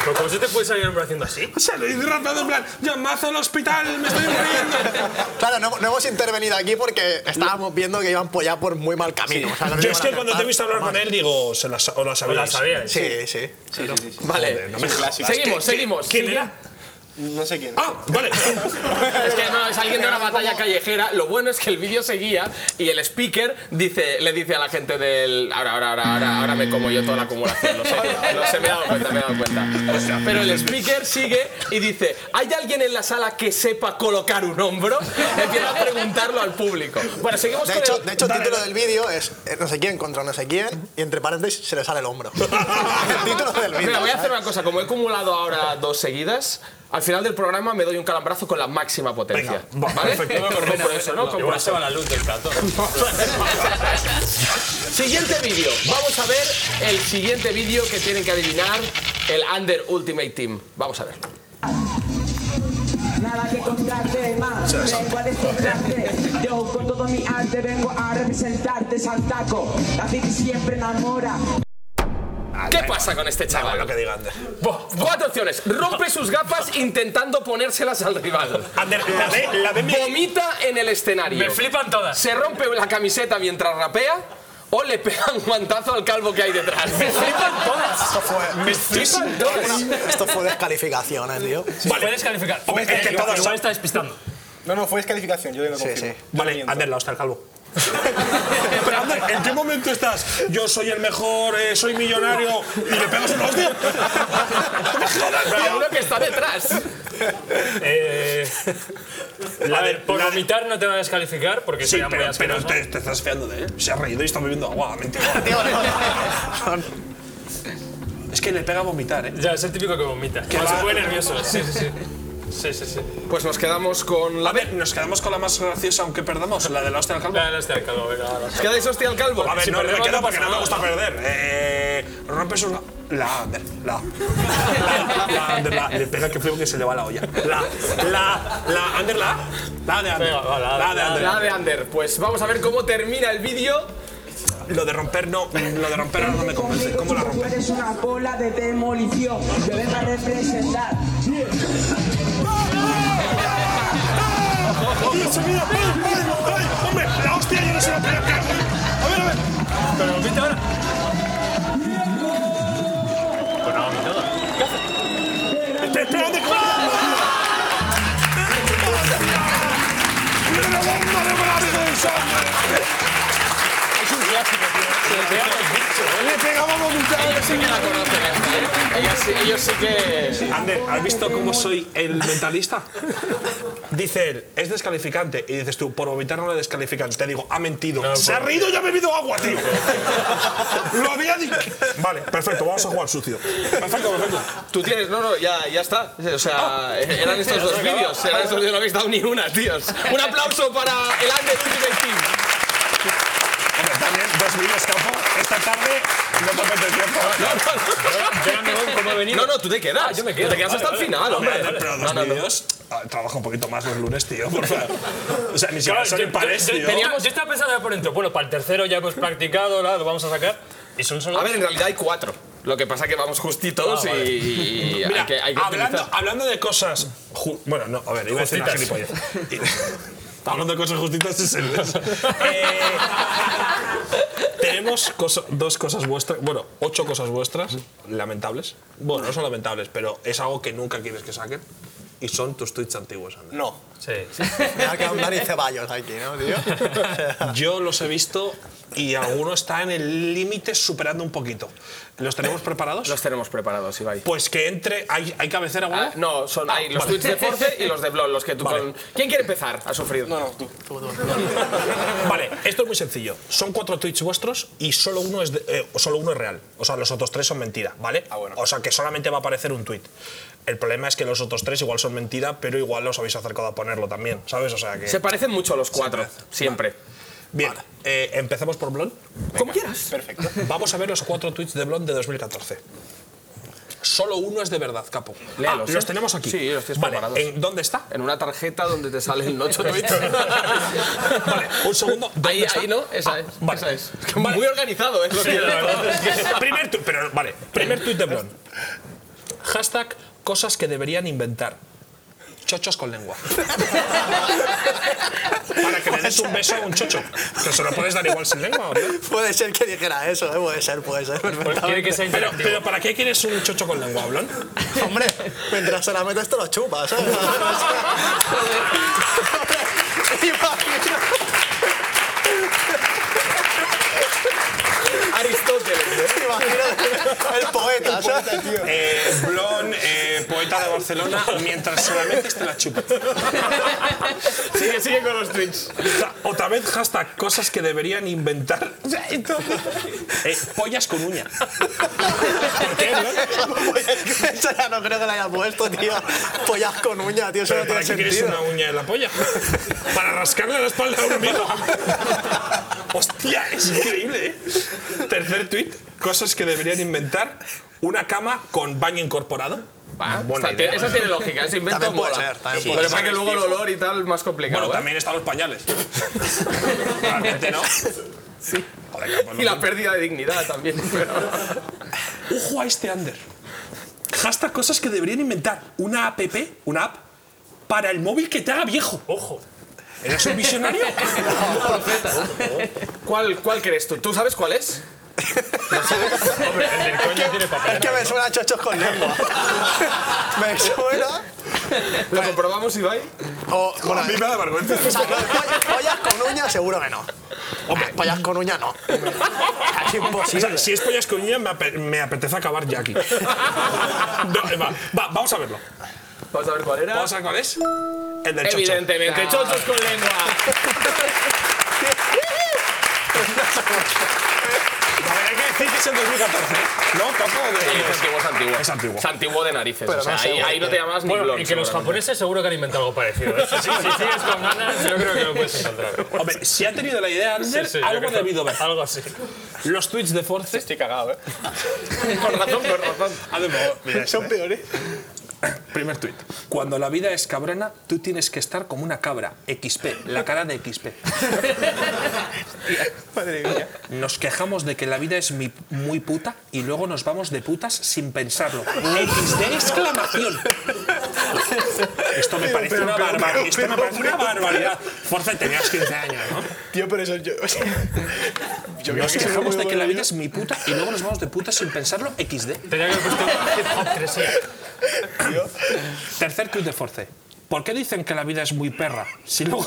Speaker 15: Pero ¿cómo se te puede salir el hombro haciendo así?
Speaker 1: Se lo hice rapeado en plan, llamazo al hospital, me estoy muriendo.
Speaker 8: Claro, no, no hemos intervenido aquí porque estábamos viendo que iban por- ya por muy mal camino. o sea, no
Speaker 1: Yo
Speaker 8: iban
Speaker 1: es
Speaker 8: a
Speaker 1: que cuando te he
Speaker 8: cantar
Speaker 1: visto hablar con
Speaker 8: mal.
Speaker 1: él, digo, se la, sa- o Pues la sabíais.
Speaker 8: la sabíais. Sí, sí.
Speaker 2: Vale.
Speaker 1: Joder, no me
Speaker 2: Sí,
Speaker 1: jodas.
Speaker 2: Seguimos,
Speaker 1: ¿Quién-
Speaker 2: seguimos.
Speaker 1: ¿Quién
Speaker 2: Sigue.
Speaker 1: era?
Speaker 8: No sé quién.
Speaker 1: Ah, vale.
Speaker 15: *laughs*
Speaker 2: Es que no, es alguien de una batalla callejera. Lo bueno es que el vídeo seguía y el speaker dice, le dice a la gente del. Ahora, ahora, ahora, ahora, ahora me como yo toda la acumulación. Lo sé, lo sé, me he dado cuenta, me he dado cuenta. Pero el speaker sigue y dice: ¿Hay alguien en la sala que sepa colocar un hombro? Empieza a preguntarlo al público. Bueno, seguimos
Speaker 8: De
Speaker 2: con
Speaker 8: hecho,
Speaker 2: el.
Speaker 8: de hecho, el
Speaker 2: Dale,
Speaker 8: título
Speaker 2: dale.
Speaker 8: del vídeo es eh, no sé quién contra no sé quién y entre paréntesis se le sale el hombro. el título del vídeo.
Speaker 2: Mira, voy a hacer
Speaker 8: ¿sabes?
Speaker 2: una cosa. Como he acumulado ahora dos seguidas, al final del programa me doy un calambrazo con la máxima potencia.
Speaker 1: Venga,
Speaker 2: ¿Vale?
Speaker 1: perfecto.
Speaker 2: Compro eso, ¿no? Compro
Speaker 15: Igual se
Speaker 2: eso.
Speaker 15: va la luz del plato.
Speaker 2: Siguiente vídeo. Vamos a ver el siguiente vídeo que tienen que adivinar el Under Ultimate Team. Vamos a ver.
Speaker 16: Nada que contarte más, vengo a despertarte. Yo con todo mi arte vengo a representarte, Santaco. La City siempre enamora.
Speaker 2: ¿Qué pasa con este chaval?
Speaker 1: Lo que diga Ander.
Speaker 2: Bo- Cuatro opciones. Rompe sus gafas intentando ponérselas al
Speaker 1: *laughs*
Speaker 2: rival.
Speaker 1: Ander, la D, la D me-
Speaker 2: Vomita en el escenario.
Speaker 15: Me flipan todas.
Speaker 2: Se rompe la camiseta mientras rapea. O le pega un guantazo al calvo que hay detrás. Me *laughs* flipan todas.
Speaker 8: Esto fue,
Speaker 2: Me flipan todas.
Speaker 8: esto fue descalificaciones, tío.
Speaker 15: Vale. Puedes calificar. eh,
Speaker 1: Hombre, es que
Speaker 15: igual,
Speaker 1: todos
Speaker 15: igual
Speaker 1: son-
Speaker 15: está despistando.
Speaker 14: No, no, fue descalificación, yo lo
Speaker 8: Sí,
Speaker 14: confirmo.
Speaker 8: sí.
Speaker 1: Vale, Ander, la hostia, el calvo. *laughs* Pero Ander, ¿en qué momento estás? Yo soy el mejor, eh, soy millonario y le pegas una hostia. *laughs*
Speaker 2: Y a uno que está detrás.
Speaker 15: Eh, a ver, por vomitar no te van a descalificar porque
Speaker 1: Sí,
Speaker 15: sería muy
Speaker 1: pero, pero
Speaker 15: asqueroso.
Speaker 1: te, te estás fiando de él. Se ha reído y está bebiendo agua, mentira.
Speaker 8: *laughs* Tío, no,
Speaker 1: *laughs* Es que le pega a vomitar, ¿eh?
Speaker 15: Ya, es el típico que vomita.
Speaker 1: Que
Speaker 15: Que se
Speaker 1: va-
Speaker 15: pone nervioso. Sí, sí, sí. Sí, sí, sí.
Speaker 2: Pues nos quedamos con
Speaker 1: A
Speaker 2: la...
Speaker 1: ver, nos quedamos con la más graciosa, aunque perdamos, la de la hostia al calvo.
Speaker 15: La de este calvo, venga, va, va.
Speaker 2: ¿Os ¿Quedáis hostia al calvo?
Speaker 1: A ver,
Speaker 15: Si
Speaker 1: no, me
Speaker 15: perdemos,
Speaker 1: quedo
Speaker 15: no
Speaker 1: porque no me
Speaker 15: pasa nada,
Speaker 1: gusta
Speaker 15: ¿no?
Speaker 1: perder. Eh, rompes una. La, Ander, la. La, la, la, Ander, la. Le pega que frío que se le va la olla. La, la, la, Ander, la. La de Ander.
Speaker 15: Venga, va, la-
Speaker 1: La de Ander.
Speaker 2: La de Ander. Pues vamos a ver cómo termina el vídeo.
Speaker 1: Lo de romper no, lo de romper no me convence. ¿Cómo la
Speaker 16: Tú
Speaker 1: rompe?
Speaker 16: eres una bola de demolición. Yo vengo a representar.
Speaker 1: ¡Dios mío! ¡Ay, ay, ay! ¡Hombre! ¡La hostia! Yo no sé la primera que A ver, a ver.
Speaker 15: Pero vomita ahora. Pues no ha vomitado.
Speaker 1: ¡Espera, espera! ¡Ander! ¡Mira la bomba de brazo de sangre!
Speaker 2: Ellos sí que la conocen ¿eh? esta. Ellos, sí- ellos sí que.
Speaker 1: Ander, ¿has visto cómo soy el mentalista? Dice él, es descalificante. Y dices tú, por vomitar no le descalifican. Te digo, ha mentido. Se ha reído y ha bebido agua, tío. Lo había dicho. Vale, perfecto, vamos a jugar sucio. Perfecto, perfecto.
Speaker 2: Tú tienes, no, no, ya, ya está. O sea, eran estos *laughs*
Speaker 1: Se
Speaker 2: dos
Speaker 1: acabó.
Speaker 2: vídeos. Eran estos vídeos, no habéis dado ni una, tíos. Un aplauso para el Ander Ultimate Team.
Speaker 1: Hombre, también dos vídeos, capo. Esta tarde no te apetece tiempo.
Speaker 2: No, no, tú te quedas. Te quedas hasta el final, hombre.
Speaker 1: Pero
Speaker 2: No,
Speaker 1: dos
Speaker 2: no, no.
Speaker 1: vídeos. ah, Trabajo un poquito más los lunes, tío, por favor. O sea, ni siquiera
Speaker 15: Claro,
Speaker 1: son
Speaker 15: yo-
Speaker 1: impares,
Speaker 15: yo- yo-
Speaker 1: tío.
Speaker 15: teníamos- yo estaba pensando por dentro, bueno, para el tercero ya hemos practicado, la, lo vamos a sacar. Y son
Speaker 2: A
Speaker 15: solo
Speaker 2: ver,
Speaker 15: dos.
Speaker 2: en realidad hay cuatro. Lo que pasa es que vamos justitos
Speaker 15: Ah, vale.
Speaker 2: y, y
Speaker 1: Mira,
Speaker 2: hay que, hay que
Speaker 1: hablando,
Speaker 2: utilizar.
Speaker 1: hablando de cosas. ju- Bueno, no, a ver, iba a decir una
Speaker 2: Justitas.
Speaker 1: gilipollez. *laughs* hablando de cosas justitas es el. Eh, tenemos cosa- dos cosas vuestras. Bueno, ocho cosas vuestras lamentables. Bueno, no son lamentables, pero es algo que nunca quieres que saquen. Y son tus tweets antiguos, Ander.
Speaker 8: No.
Speaker 15: Sí.
Speaker 8: Me ha quedado un Dani Ceballos aquí, ¿no, tío?
Speaker 1: *laughs* Yo los he visto y alguno está en el límite superando un poquito. ¿Los tenemos preparados? Los
Speaker 2: tenemos preparados, Ibai.
Speaker 1: Pues que entre. ¿Hay, hay cabecera alguna?
Speaker 2: Ah, no, son hay los
Speaker 1: vale.
Speaker 2: tweets de Force y los de Blog, los que tú con... ¿Quién quiere empezar? Ha sufrido. No, no, tú.
Speaker 1: Vale, esto es muy sencillo. Son cuatro tweets vuestros y solo uno es, de- eh, solo uno es real. O sea, los otros tres son mentira, ¿vale?
Speaker 2: Ah,
Speaker 1: O sea, que solamente va a aparecer un tweet. El problema es que los otros tres igual son mentira, pero igual os habéis acercado a ponerlo también, ¿sabes? O sea que.
Speaker 2: Se parecen mucho los cuatro, siempre.
Speaker 1: Bien, eh, empecemos por Blond.
Speaker 2: Como quieras.
Speaker 1: Perfecto. Vamos a ver los cuatro tweets de Blond de 2014. Solo uno es de verdad, capo.
Speaker 2: Léalos,
Speaker 1: Ah, los
Speaker 2: ¿eh?
Speaker 1: tenemos aquí.
Speaker 2: Sí, los tienes
Speaker 1: Vale,
Speaker 2: preparados.
Speaker 1: ¿en dónde
Speaker 2: *laughs*
Speaker 1: está?
Speaker 2: En una tarjeta donde te salen ocho tweets. *laughs* vale,
Speaker 1: un segundo. Ah,
Speaker 2: Ahí, ahí, ¿no? Esa es. Esa es. Es que Muy organizado, ¿eh? Lo
Speaker 1: Sí,
Speaker 2: que-
Speaker 1: la verdad es que- primer tuit, pero vale, primer tuit de Blon. Hashtag cosas que deberían inventar. Chochos con lengua. Para que le des un beso a un chocho. Que se lo puedes dar igual sin lengua, ¿o no?
Speaker 8: Puede ser que dijera eso, ¿eh? puede ser, puede ser.
Speaker 1: Pues
Speaker 8: perfectamente.
Speaker 1: pero, pero ¿para qué quieres un chocho con lengua, Blon?
Speaker 8: *laughs* Hombre, mientras se la metes te lo chupas, ¿sabes? *laughs*
Speaker 2: Aristóteles,
Speaker 8: ¿eh? Imagino el poeta, ¿sabes?
Speaker 1: Eh, Blon, eh, poeta de Barcelona, mientras solamente te la chupa.
Speaker 2: Sigue, sigue con los tweets.
Speaker 1: Otra vez hashtag cosas que deberían inventar. O sea, esto- Eh, pollas con uña.
Speaker 8: *laughs* Eso ya no creo que la haya puesto, tío. Pollas con uña, tío, eso
Speaker 1: ¿Pero
Speaker 8: no
Speaker 1: para
Speaker 8: tiene
Speaker 1: qué quieres una
Speaker 8: sentido.
Speaker 1: uña en la *laughs* polla? ¿Para rascarle la espalda a un amigo? Hostia, es increíble, ¿eh? Tercer tuit, cosas que deberían inventar. Una cama con baño incorporado. Buena
Speaker 2: Esta-
Speaker 1: idea.
Speaker 2: esa tiene lógica, ese invento
Speaker 1: También puede
Speaker 2: mola.
Speaker 1: ser, también
Speaker 2: Sí,
Speaker 1: puede
Speaker 2: pero
Speaker 1: ser.
Speaker 2: para que luego el olor y tal, más complicado.
Speaker 1: Bueno,
Speaker 2: ¿eh?
Speaker 1: también están los pañales. Realmente, ¿no? Sí.
Speaker 2: Y la pérdida de dignidad también.
Speaker 1: *laughs*
Speaker 2: pero-
Speaker 1: Ojo a este under. Hashtag cosas que deberían inventar. Una app, una app, para el móvil que te haga viejo. Ojo. ¿Eres un visionario?
Speaker 2: ¿Cuál, ¿Cuál crees tú? ¿Tú sabes cuál es?
Speaker 15: Hombre, el del coño tiene papel.
Speaker 8: Es que me suena a chochos con *laughs* lengua. me suena.
Speaker 15: Pues-
Speaker 2: ¿Lo comprobamos, Ibai?
Speaker 8: O,
Speaker 1: Bueno, a mí me da vergüenza.
Speaker 8: O sea, no, pollas, pollas con uña seguro que no. Hombre, pollas con uña no. Es imposible.
Speaker 1: O sea, si es pollas con uña, me, ape- me apetece acabar ya aquí. No, va, va, vamos a verlo.
Speaker 2: Vamos a ver cuál era.
Speaker 1: ¿Vamos a ver cuál es? El del chocho.
Speaker 15: Ah.
Speaker 2: Evidentemente, chochos con lengua.
Speaker 1: A ver, hay que decir que es el 2014. No, tampoco de...
Speaker 2: Es antiguo, es antiguo. Es antiguo. de narices.
Speaker 15: Pero
Speaker 2: o sea,
Speaker 15: no sé,
Speaker 2: ahí, ahí no te llamas ni
Speaker 15: Bueno,
Speaker 2: blon,
Speaker 15: y que los
Speaker 2: seguramente.
Speaker 15: japoneses seguro que han inventado algo parecido. ¿eh? Si, si- si sigues con ganas, yo creo que lo puedes encontrar.
Speaker 1: Hombre, si ha tenido la idea Ander,
Speaker 15: Sí, sí, yo
Speaker 1: algo
Speaker 15: creo
Speaker 1: ha
Speaker 15: que-
Speaker 1: debido ver.
Speaker 15: Algo así.
Speaker 1: Los tweets de Force. Estoy
Speaker 15: *laughs*
Speaker 2: cagado, ¿eh? Con razón, con razón.
Speaker 8: este.
Speaker 1: Son peores. *coughs* Primer tweet. Cuando la vida es cabrona, tú tienes que estar como una cabra. XP, la cara de XP.
Speaker 8: *laughs*
Speaker 1: Madre mía. Nos quejamos de que la vida es mi- muy puta y luego nos vamos de putas sin pensarlo. XD exclamación. Esto me parece
Speaker 8: Pero,
Speaker 1: una
Speaker 8: pero,
Speaker 1: barbaridad.
Speaker 8: pero,
Speaker 1: Esto me
Speaker 8: pero,
Speaker 1: parece una
Speaker 8: pero,
Speaker 1: barbaridad. Forza, tenías 15 años, ¿no?
Speaker 8: Tío, pero eso yo. Yo creo
Speaker 1: Nos
Speaker 8: que es
Speaker 1: quejamos
Speaker 8: muy
Speaker 1: de que la
Speaker 8: buena
Speaker 1: vida es mi puta y luego nos vamos de putas sin pensarlo. XD.
Speaker 15: Tenía que haber puesto hipocresía.
Speaker 1: Tercer tweet de Force. ¿Por qué dicen que la vida es muy perra? Si luego.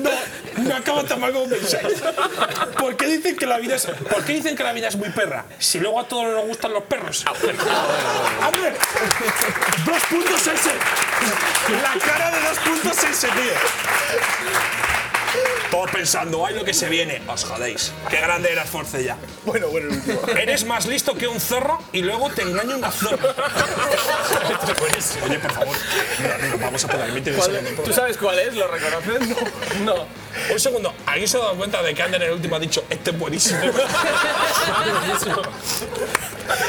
Speaker 1: no, no acabo tan mal como pensáis. ¿Por qué dicen que la vida es, ¿por qué dicen que la vida es muy perra? Si luego a todos nos gustan los perros. ¡Hombre! ¡Dos puntos S! La cara de dos puntos S, tío. Todos pensando, ay, lo que se viene. Os jodéis. Qué grande era Force ya. Bueno, bueno, *laughs* Eres más listo que un zorro y luego te engaña una
Speaker 2: *laughs*
Speaker 1: zorra. Pues, Oye, por favor, no, no, vamos a poner límite de
Speaker 2: ¿Cuál-
Speaker 1: segundo.
Speaker 2: tú sabes cuál es? ¿Lo reconoces?
Speaker 1: No. Un segundo, ¿alguien se ha dado cuenta de que Ander en el último ha dicho, este es
Speaker 2: *laughs*
Speaker 1: buenísimo?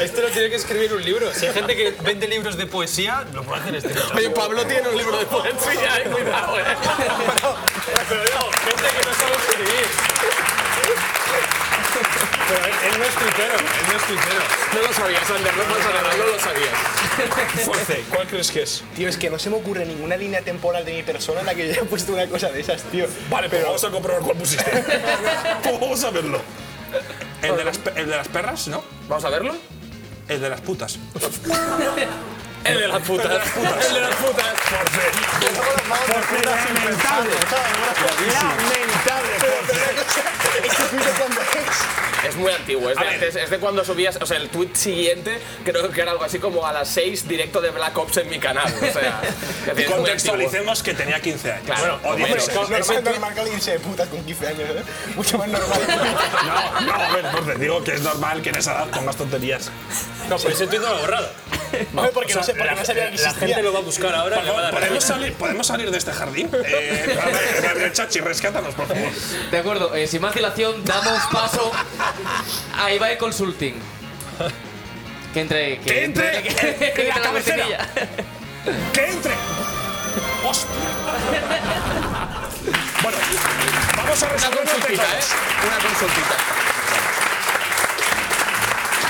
Speaker 15: Esto lo tiene que escribir un libro. Si hay gente que vende libros de poesía, lo puede hacer este.
Speaker 2: Oye, Pablo tiene un libro de poesía, eh, cuidado, eh.
Speaker 15: Pero digo, gente que no sabe escribir.
Speaker 2: Pero él, no es tuitero, él no es tuitero. No lo sabías, Ander, no pasa nada, no lo sabías.
Speaker 1: Force, ¿cuál crees que es?
Speaker 14: Tío, es que no se me ocurre ninguna línea temporal de mi persona en la que yo haya puesto una cosa de esas, tío.
Speaker 1: Vale, pero vamos a comprobar cuál pusiste. *laughs* Pues vamos a verlo. El de, las, pe- el de las perras, ¿no?
Speaker 2: ¿Vamos a verlo?
Speaker 1: El de las putas.
Speaker 2: El de las putas.
Speaker 1: El de las putas.
Speaker 2: El de las putas.
Speaker 1: Por
Speaker 17: Porque lamentable.
Speaker 14: Lamentable, Es que fui de cuando es.
Speaker 2: *laughs* Es muy antiguo, es de, antes, es de cuando subías, o sea, el tweet siguiente creo que era algo así como a las 6 directo de Black Ops en mi canal. O
Speaker 15: *laughs*
Speaker 2: sea, es decir, es muy antiguo.
Speaker 1: Contextualicemos que tenía 15 años.
Speaker 2: Claro,
Speaker 1: bueno, o
Speaker 2: hombre,
Speaker 1: 16.
Speaker 2: no, no,
Speaker 14: Es más normal que alguien se de putas con 15 años, ¿eh? Mucho más normal.
Speaker 1: No, no, a ver, porque digo que es normal que en esa edad pongas tonterías.
Speaker 15: No, pero ese tuit no lo he borrado.
Speaker 1: Vamos,
Speaker 15: porque no sé- porque no sabía que
Speaker 1: la
Speaker 15: existía.
Speaker 1: gente lo va a buscar ahora.
Speaker 15: Por favor,
Speaker 1: ¿podemos, salir, ¿Podemos salir de este jardín? Eh, chachi, rescátanos, por favor.
Speaker 6: De acuerdo, eh, sin más dilación, damos paso a Ibai Consulting. Que entre.
Speaker 1: ¡Que entre en la cabecera! ¡Que entre! ¡Hostia! Bueno, vamos a resolver
Speaker 2: Una
Speaker 1: los
Speaker 2: consultita, ¿eh?
Speaker 6: ¿eh?
Speaker 1: detalles.
Speaker 2: Una consultita.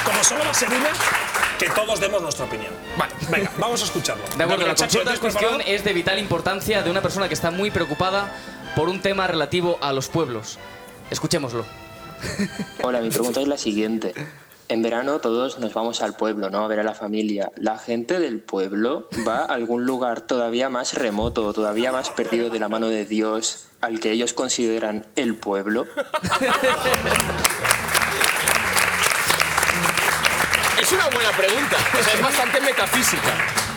Speaker 1: Como solo va a ser una, que todos demos nuestra opinión. Vale. Venga, vamos a escucharlo.
Speaker 6: De acuerdo, la
Speaker 1: Chachi,
Speaker 6: consulta en
Speaker 1: ¿lo tienes preparado?
Speaker 6: cuestión es de vital importancia de una persona que está muy preocupada por un tema relativo a los pueblos. Escuchémoslo.
Speaker 18: Hola, mi pregunta es la siguiente. En verano todos nos vamos al pueblo, ¿no? A ver a la familia. ¿La gente del pueblo va a algún lugar todavía más remoto, todavía más perdido de la mano de Dios, al que ellos consideran el pueblo?
Speaker 2: Es una buena pregunta, o sea, es bastante metafísica.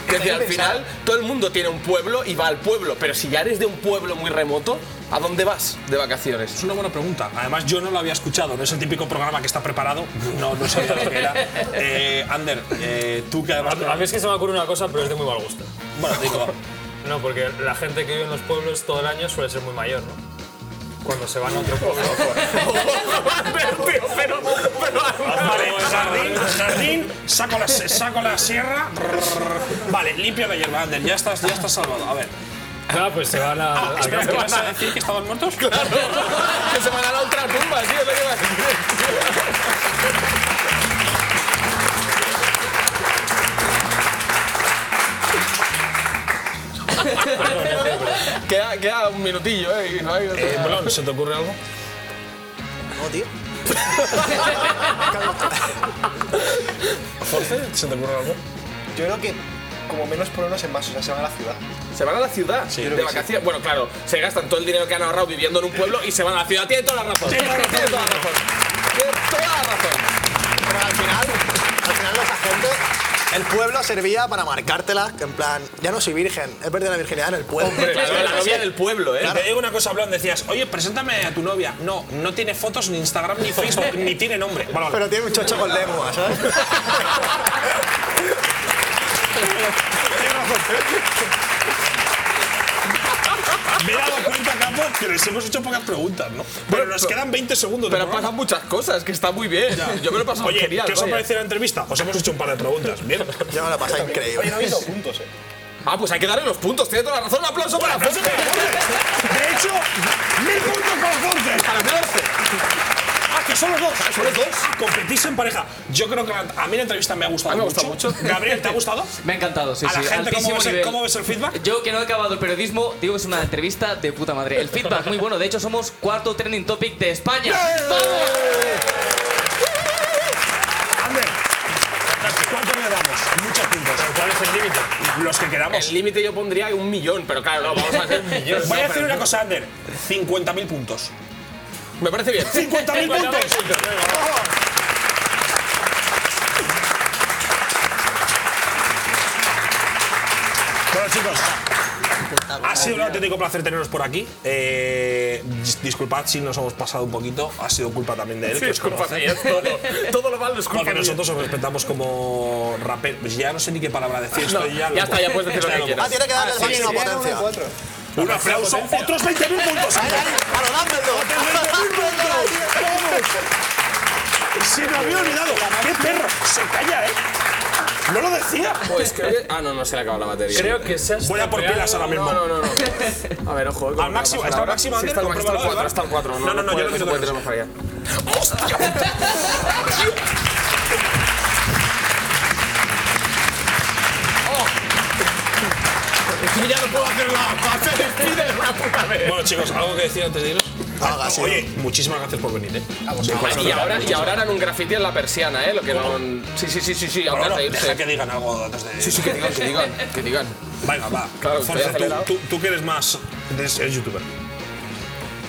Speaker 2: Es decir, al final todo el mundo tiene un pueblo y va al pueblo, pero si ya eres de un pueblo muy remoto, ¿a dónde vas de vacaciones? *laughs*
Speaker 1: Es una buena pregunta. Además, yo no lo había escuchado. No es el típico programa que está preparado. No, no sabía lo que era. Eh, Ander, eh, tú que además...
Speaker 15: A mí es que se me ocurre una cosa, pero es de muy mal gusto.
Speaker 1: Bueno, digo...
Speaker 15: No, porque la gente que vive en los pueblos todo el año suele ser muy mayor, ¿no? Cuando se van a otro pueblo.
Speaker 1: *laughs* pero, Vale, jardín, jardín, saco la, saco la sierra. Brrr. Vale, limpia la hierba, Ander. Ya estás, ya estás salvado. A ver.
Speaker 15: Ah, pues se van a.
Speaker 1: Ah, espera,
Speaker 15: a-
Speaker 1: ¿qué vas a decir? ¿Que estaban muertos?
Speaker 2: Claro. que se van a la otra tumba, tío, lo que vas a decir. *laughs* queda, queda un minutillo, ¿eh? y no hay otra.
Speaker 1: Eh, Blon, ¿se te ocurre algo?
Speaker 8: No, tío.
Speaker 1: ¿Force? ¿Se te ocurre algo?
Speaker 14: Yo creo que como menos pueblos en más, o sea, se van a la ciudad.
Speaker 2: Se van a la ciudad
Speaker 14: Sí, creo
Speaker 2: de
Speaker 14: que sí.
Speaker 2: vacaciones. Bueno, claro, se gastan todo el dinero que han ahorrado viviendo en un pueblo y se van a la ciudad. Tiene toda la razón.
Speaker 14: Tiene toda la razón.
Speaker 2: Tiene toda la razón. Tiene toda la razón.
Speaker 14: Pero al final,
Speaker 8: Al final los agentes, el pueblo servía para marcártela, que en plan, ya no soy virgen, he perdido la virginidad en el pueblo.
Speaker 2: pueblo,
Speaker 1: ¿eh? Te digo una cosa, Blon, decías, oye, preséntame a tu novia. No, no tiene fotos ni Instagram ni *laughs* Facebook, ni tiene nombre. Vale, vale.
Speaker 8: Pero tiene un chocho con lengua, ¿sabes?
Speaker 1: Me he dado cuenta, Capo, que les hemos hecho pocas preguntas, ¿no? Pero nos quedan 20 segundos. de
Speaker 2: Pero
Speaker 1: programa.
Speaker 2: pasan muchas cosas, que está muy bien.
Speaker 1: Ya.
Speaker 2: Yo me lo paso
Speaker 1: Oye,
Speaker 2: genial.
Speaker 1: ¿qué os ha
Speaker 2: vaya.
Speaker 1: parecido la entrevista? Os hemos hecho un par de preguntas, bien.
Speaker 8: Yo me la pasé increíble.
Speaker 14: oye, no habéis dado puntos, ¿eh?
Speaker 2: Ah, pues hay que darle los puntos. Tiene toda la razón. Un aplauso para
Speaker 1: Bueno,
Speaker 2: Fonse.
Speaker 1: De hecho, mil puntos para Force.
Speaker 2: Para Force.
Speaker 1: Ah, que son los dos. Son los dos. Competís en pareja. Yo creo que la- a mí la entrevista me ha gustado
Speaker 2: A mí me ha
Speaker 1: mucho.
Speaker 2: gustado mucho.
Speaker 1: Gabriel, ¿te ha gustado?
Speaker 6: Me ha encantado, sí,
Speaker 1: A la
Speaker 6: sí,
Speaker 1: gente, ¿cómo
Speaker 6: altísimo
Speaker 1: ves, el,
Speaker 6: nivel.
Speaker 1: ¿cómo ves el feedback?
Speaker 6: Yo que no he acabado el periodismo, digo que es una entrevista de puta madre. El feedback muy bueno, de hecho somos cuarto trending topic de España. ¡Vamos!
Speaker 1: Ander, ¿cuánto le damos? Muchos puntos. ¿Cuál es el límite? Los que quedamos.
Speaker 2: El límite yo pondría un millón, pero claro, no, vamos a *laughs* hacer millones.
Speaker 1: Voy a decir una cosa, Ander. 50.000 puntos.
Speaker 2: Me parece bien.
Speaker 1: 50.000
Speaker 2: *laughs*
Speaker 1: puntos. Bueno, chicos. Ha sido un auténtico placer teneros por aquí. Eh, dis- disculpad si nos hemos pasado un poquito. Ha sido culpa también de él.
Speaker 2: Sí,
Speaker 1: que
Speaker 2: es culpa
Speaker 1: conoce.
Speaker 2: mía, todo- todo lo malo es culpa
Speaker 1: Porque
Speaker 2: mía.
Speaker 1: nosotros os respetamos como raperos. Ya no sé ni qué palabra decir.
Speaker 2: No,
Speaker 1: estoy
Speaker 2: ya está, ya puedes decir lo
Speaker 1: estoy
Speaker 2: que quieras.
Speaker 3: Ah, tiene que darle
Speaker 1: Ah,
Speaker 3: la
Speaker 1: sí,
Speaker 3: máxima
Speaker 1: sí,
Speaker 3: potencia.
Speaker 1: sí, Un aplauso. Otros 20.000
Speaker 2: *laughs*
Speaker 1: puntos.
Speaker 3: Ahí, ahí, a lo Dumbledore.
Speaker 1: Se me había olvidado. ¡Qué perro! Se calla, ¿eh? No lo decía.
Speaker 2: Pues creo que. Ah, no, no se le acaba la batería.
Speaker 19: Creo que se ha
Speaker 2: Voy a por
Speaker 19: estropeado-
Speaker 2: pilas ahora mismo. No, no,
Speaker 3: *laughs*
Speaker 2: no. A ver, ojo.
Speaker 1: Al máximo, está al máximo,
Speaker 2: Sí,
Speaker 1: Ander,
Speaker 2: está al máximo,
Speaker 1: compruébalo, ¿verdad?
Speaker 2: está al 4.
Speaker 1: No, no, no, yo
Speaker 2: no
Speaker 1: creo
Speaker 2: se
Speaker 1: que
Speaker 2: puede
Speaker 1: no.
Speaker 2: tener más para allá.
Speaker 3: *laughs* Yo ya no puedo hacer la fase de Spider una puta vez.
Speaker 1: Bueno, chicos, algo que decir antes de irnos. Oye, muchísimas gracias por venir, ¿eh?
Speaker 2: Ay, Pues, y, ahora, y ahora harán un graffiti en la persiana, ¿eh? Lo que no. Sí, sí, sí, sí, sí.
Speaker 1: Pero
Speaker 2: Ahora
Speaker 1: bueno,
Speaker 2: reírse.
Speaker 1: deja que digan algo antes de.
Speaker 2: Sí, sí, que digan, que digan, que digan.
Speaker 1: Venga, va.
Speaker 2: Claro, estoy
Speaker 1: Forza, tú,
Speaker 2: acelerado.
Speaker 1: tú, tú que eres más. Eres, eres youtuber.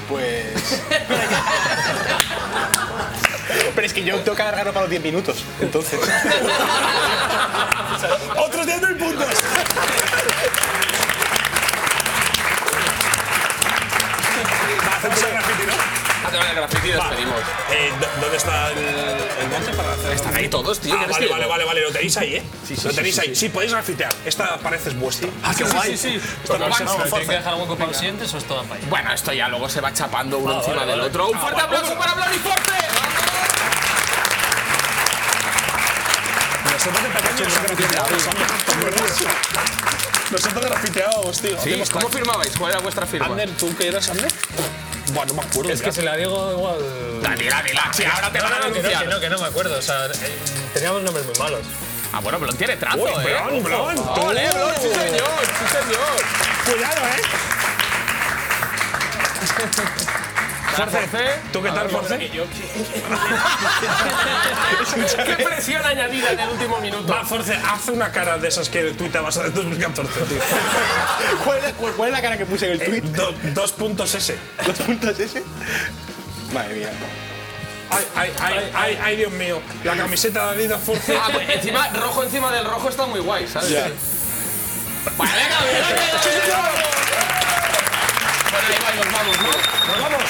Speaker 8: Pues. *laughs* Pero es que yo tengo que alargarlo para los 10 minutos, entonces.
Speaker 1: *laughs* ¡Otros 10.000 *laughs* puntos! Va, hacemos el graffiti, ¿no?
Speaker 2: Hacemos el graffiti y despedimos.
Speaker 1: Eh, ¿dó- ¿Dónde está el, el bote para hacer Están
Speaker 2: ahí todos, tío,
Speaker 1: Ah,
Speaker 2: ¿qué
Speaker 1: vale,
Speaker 2: eres,
Speaker 1: vale,
Speaker 2: tío?
Speaker 1: vale, vale, lo tenéis ahí, ¿eh?
Speaker 2: Sí, sí,
Speaker 1: Lo
Speaker 2: sí,
Speaker 1: tenéis
Speaker 2: sí,
Speaker 1: ahí. Sí, podéis grafitear. Esta parece es vuestra.
Speaker 2: Ah, qué guay. Sí, sí, sí.
Speaker 1: Esta
Speaker 2: Pero
Speaker 1: parece
Speaker 2: máximo,
Speaker 1: es
Speaker 2: tiene que
Speaker 1: vuestra.
Speaker 2: dejar
Speaker 19: algo para los siguientes o es todo para allá?
Speaker 2: Bueno, esto ya luego se va chapando uno
Speaker 19: Ah,
Speaker 2: encima
Speaker 19: vale,
Speaker 2: del
Speaker 19: vale.
Speaker 2: otro. ¡Un
Speaker 19: Ah,
Speaker 2: fuerte
Speaker 19: vale,
Speaker 2: aplauso para Blani Forte!
Speaker 1: Nosotros de pequeños grafiteábamos. Nosotros grafiteábamos, tío.
Speaker 2: Sí,
Speaker 1: Hacíamos
Speaker 2: pues, ¿cómo firmabais? ¿Cuál era vuestra firma?
Speaker 1: Ander, ¿tú qué eras, Ander? Bueno, no me acuerdo.
Speaker 19: Es que
Speaker 1: ya.
Speaker 19: si la digo, igual.
Speaker 2: Dani, Dani, la- sí, ahora te
Speaker 19: No,
Speaker 2: van a
Speaker 19: no, no, que no,
Speaker 2: denunciar.
Speaker 19: Que no, que no me acuerdo. O sea, eh, teníamos nombres muy malos.
Speaker 2: Ah, bueno, Blon tiene trazo,
Speaker 19: Uy,
Speaker 2: ¿eh?
Speaker 19: Blon,
Speaker 2: Ojo.
Speaker 19: Blon, tú.
Speaker 2: ¡Ole, Blon! ¡Sí, señor! ¡Sí, señor!
Speaker 1: Cuidado, ¿eh? Force, ¿tú qué tal, Force?
Speaker 2: ¡Qué presión añadida en el último minuto!
Speaker 1: Va, Force, haz una cara de esas que tuitabas en 2014, *laughs* tío.
Speaker 8: ¿Cuál es, cuál- cuál es la cara que puse en el tweet?
Speaker 1: Eh, Do- Dos puntos S.
Speaker 8: ¿Dos puntos ese? Madre mía.
Speaker 1: Ay, ay, ay, ay, ay, Dios mío. La camiseta de Adidas Force.
Speaker 2: Ah, pues encima, rojo encima del rojo está muy guay, ¿sabes?
Speaker 1: Ya.
Speaker 2: Vale, venga, venga, venga, venga. Bueno, ahí va, *laughs* nos vamos, ¿no?
Speaker 1: ¡Nos vamos!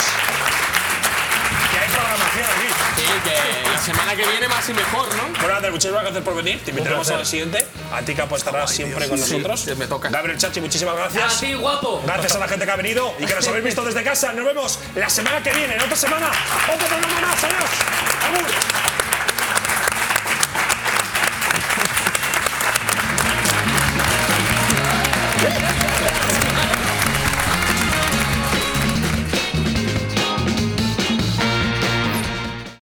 Speaker 1: Que hay programación aquí.
Speaker 2: Sí, que la semana que viene más y mejor, ¿no?
Speaker 1: Bueno, Ander, muchísimas gracias por venir. Te invitaremos a
Speaker 19: placer.
Speaker 1: la siguiente. A ti, Capo, estarás pues, siempre con
Speaker 2: Sí,
Speaker 1: nosotros.
Speaker 2: me toca.
Speaker 1: Gabriel Chachi, muchísimas gracias.
Speaker 6: A ti, guapo.
Speaker 1: Gracias a la gente que ha venido y que nos habéis visto desde casa. Nos vemos la semana que viene, en otra semana. Otro programa más. Adiós. Agur.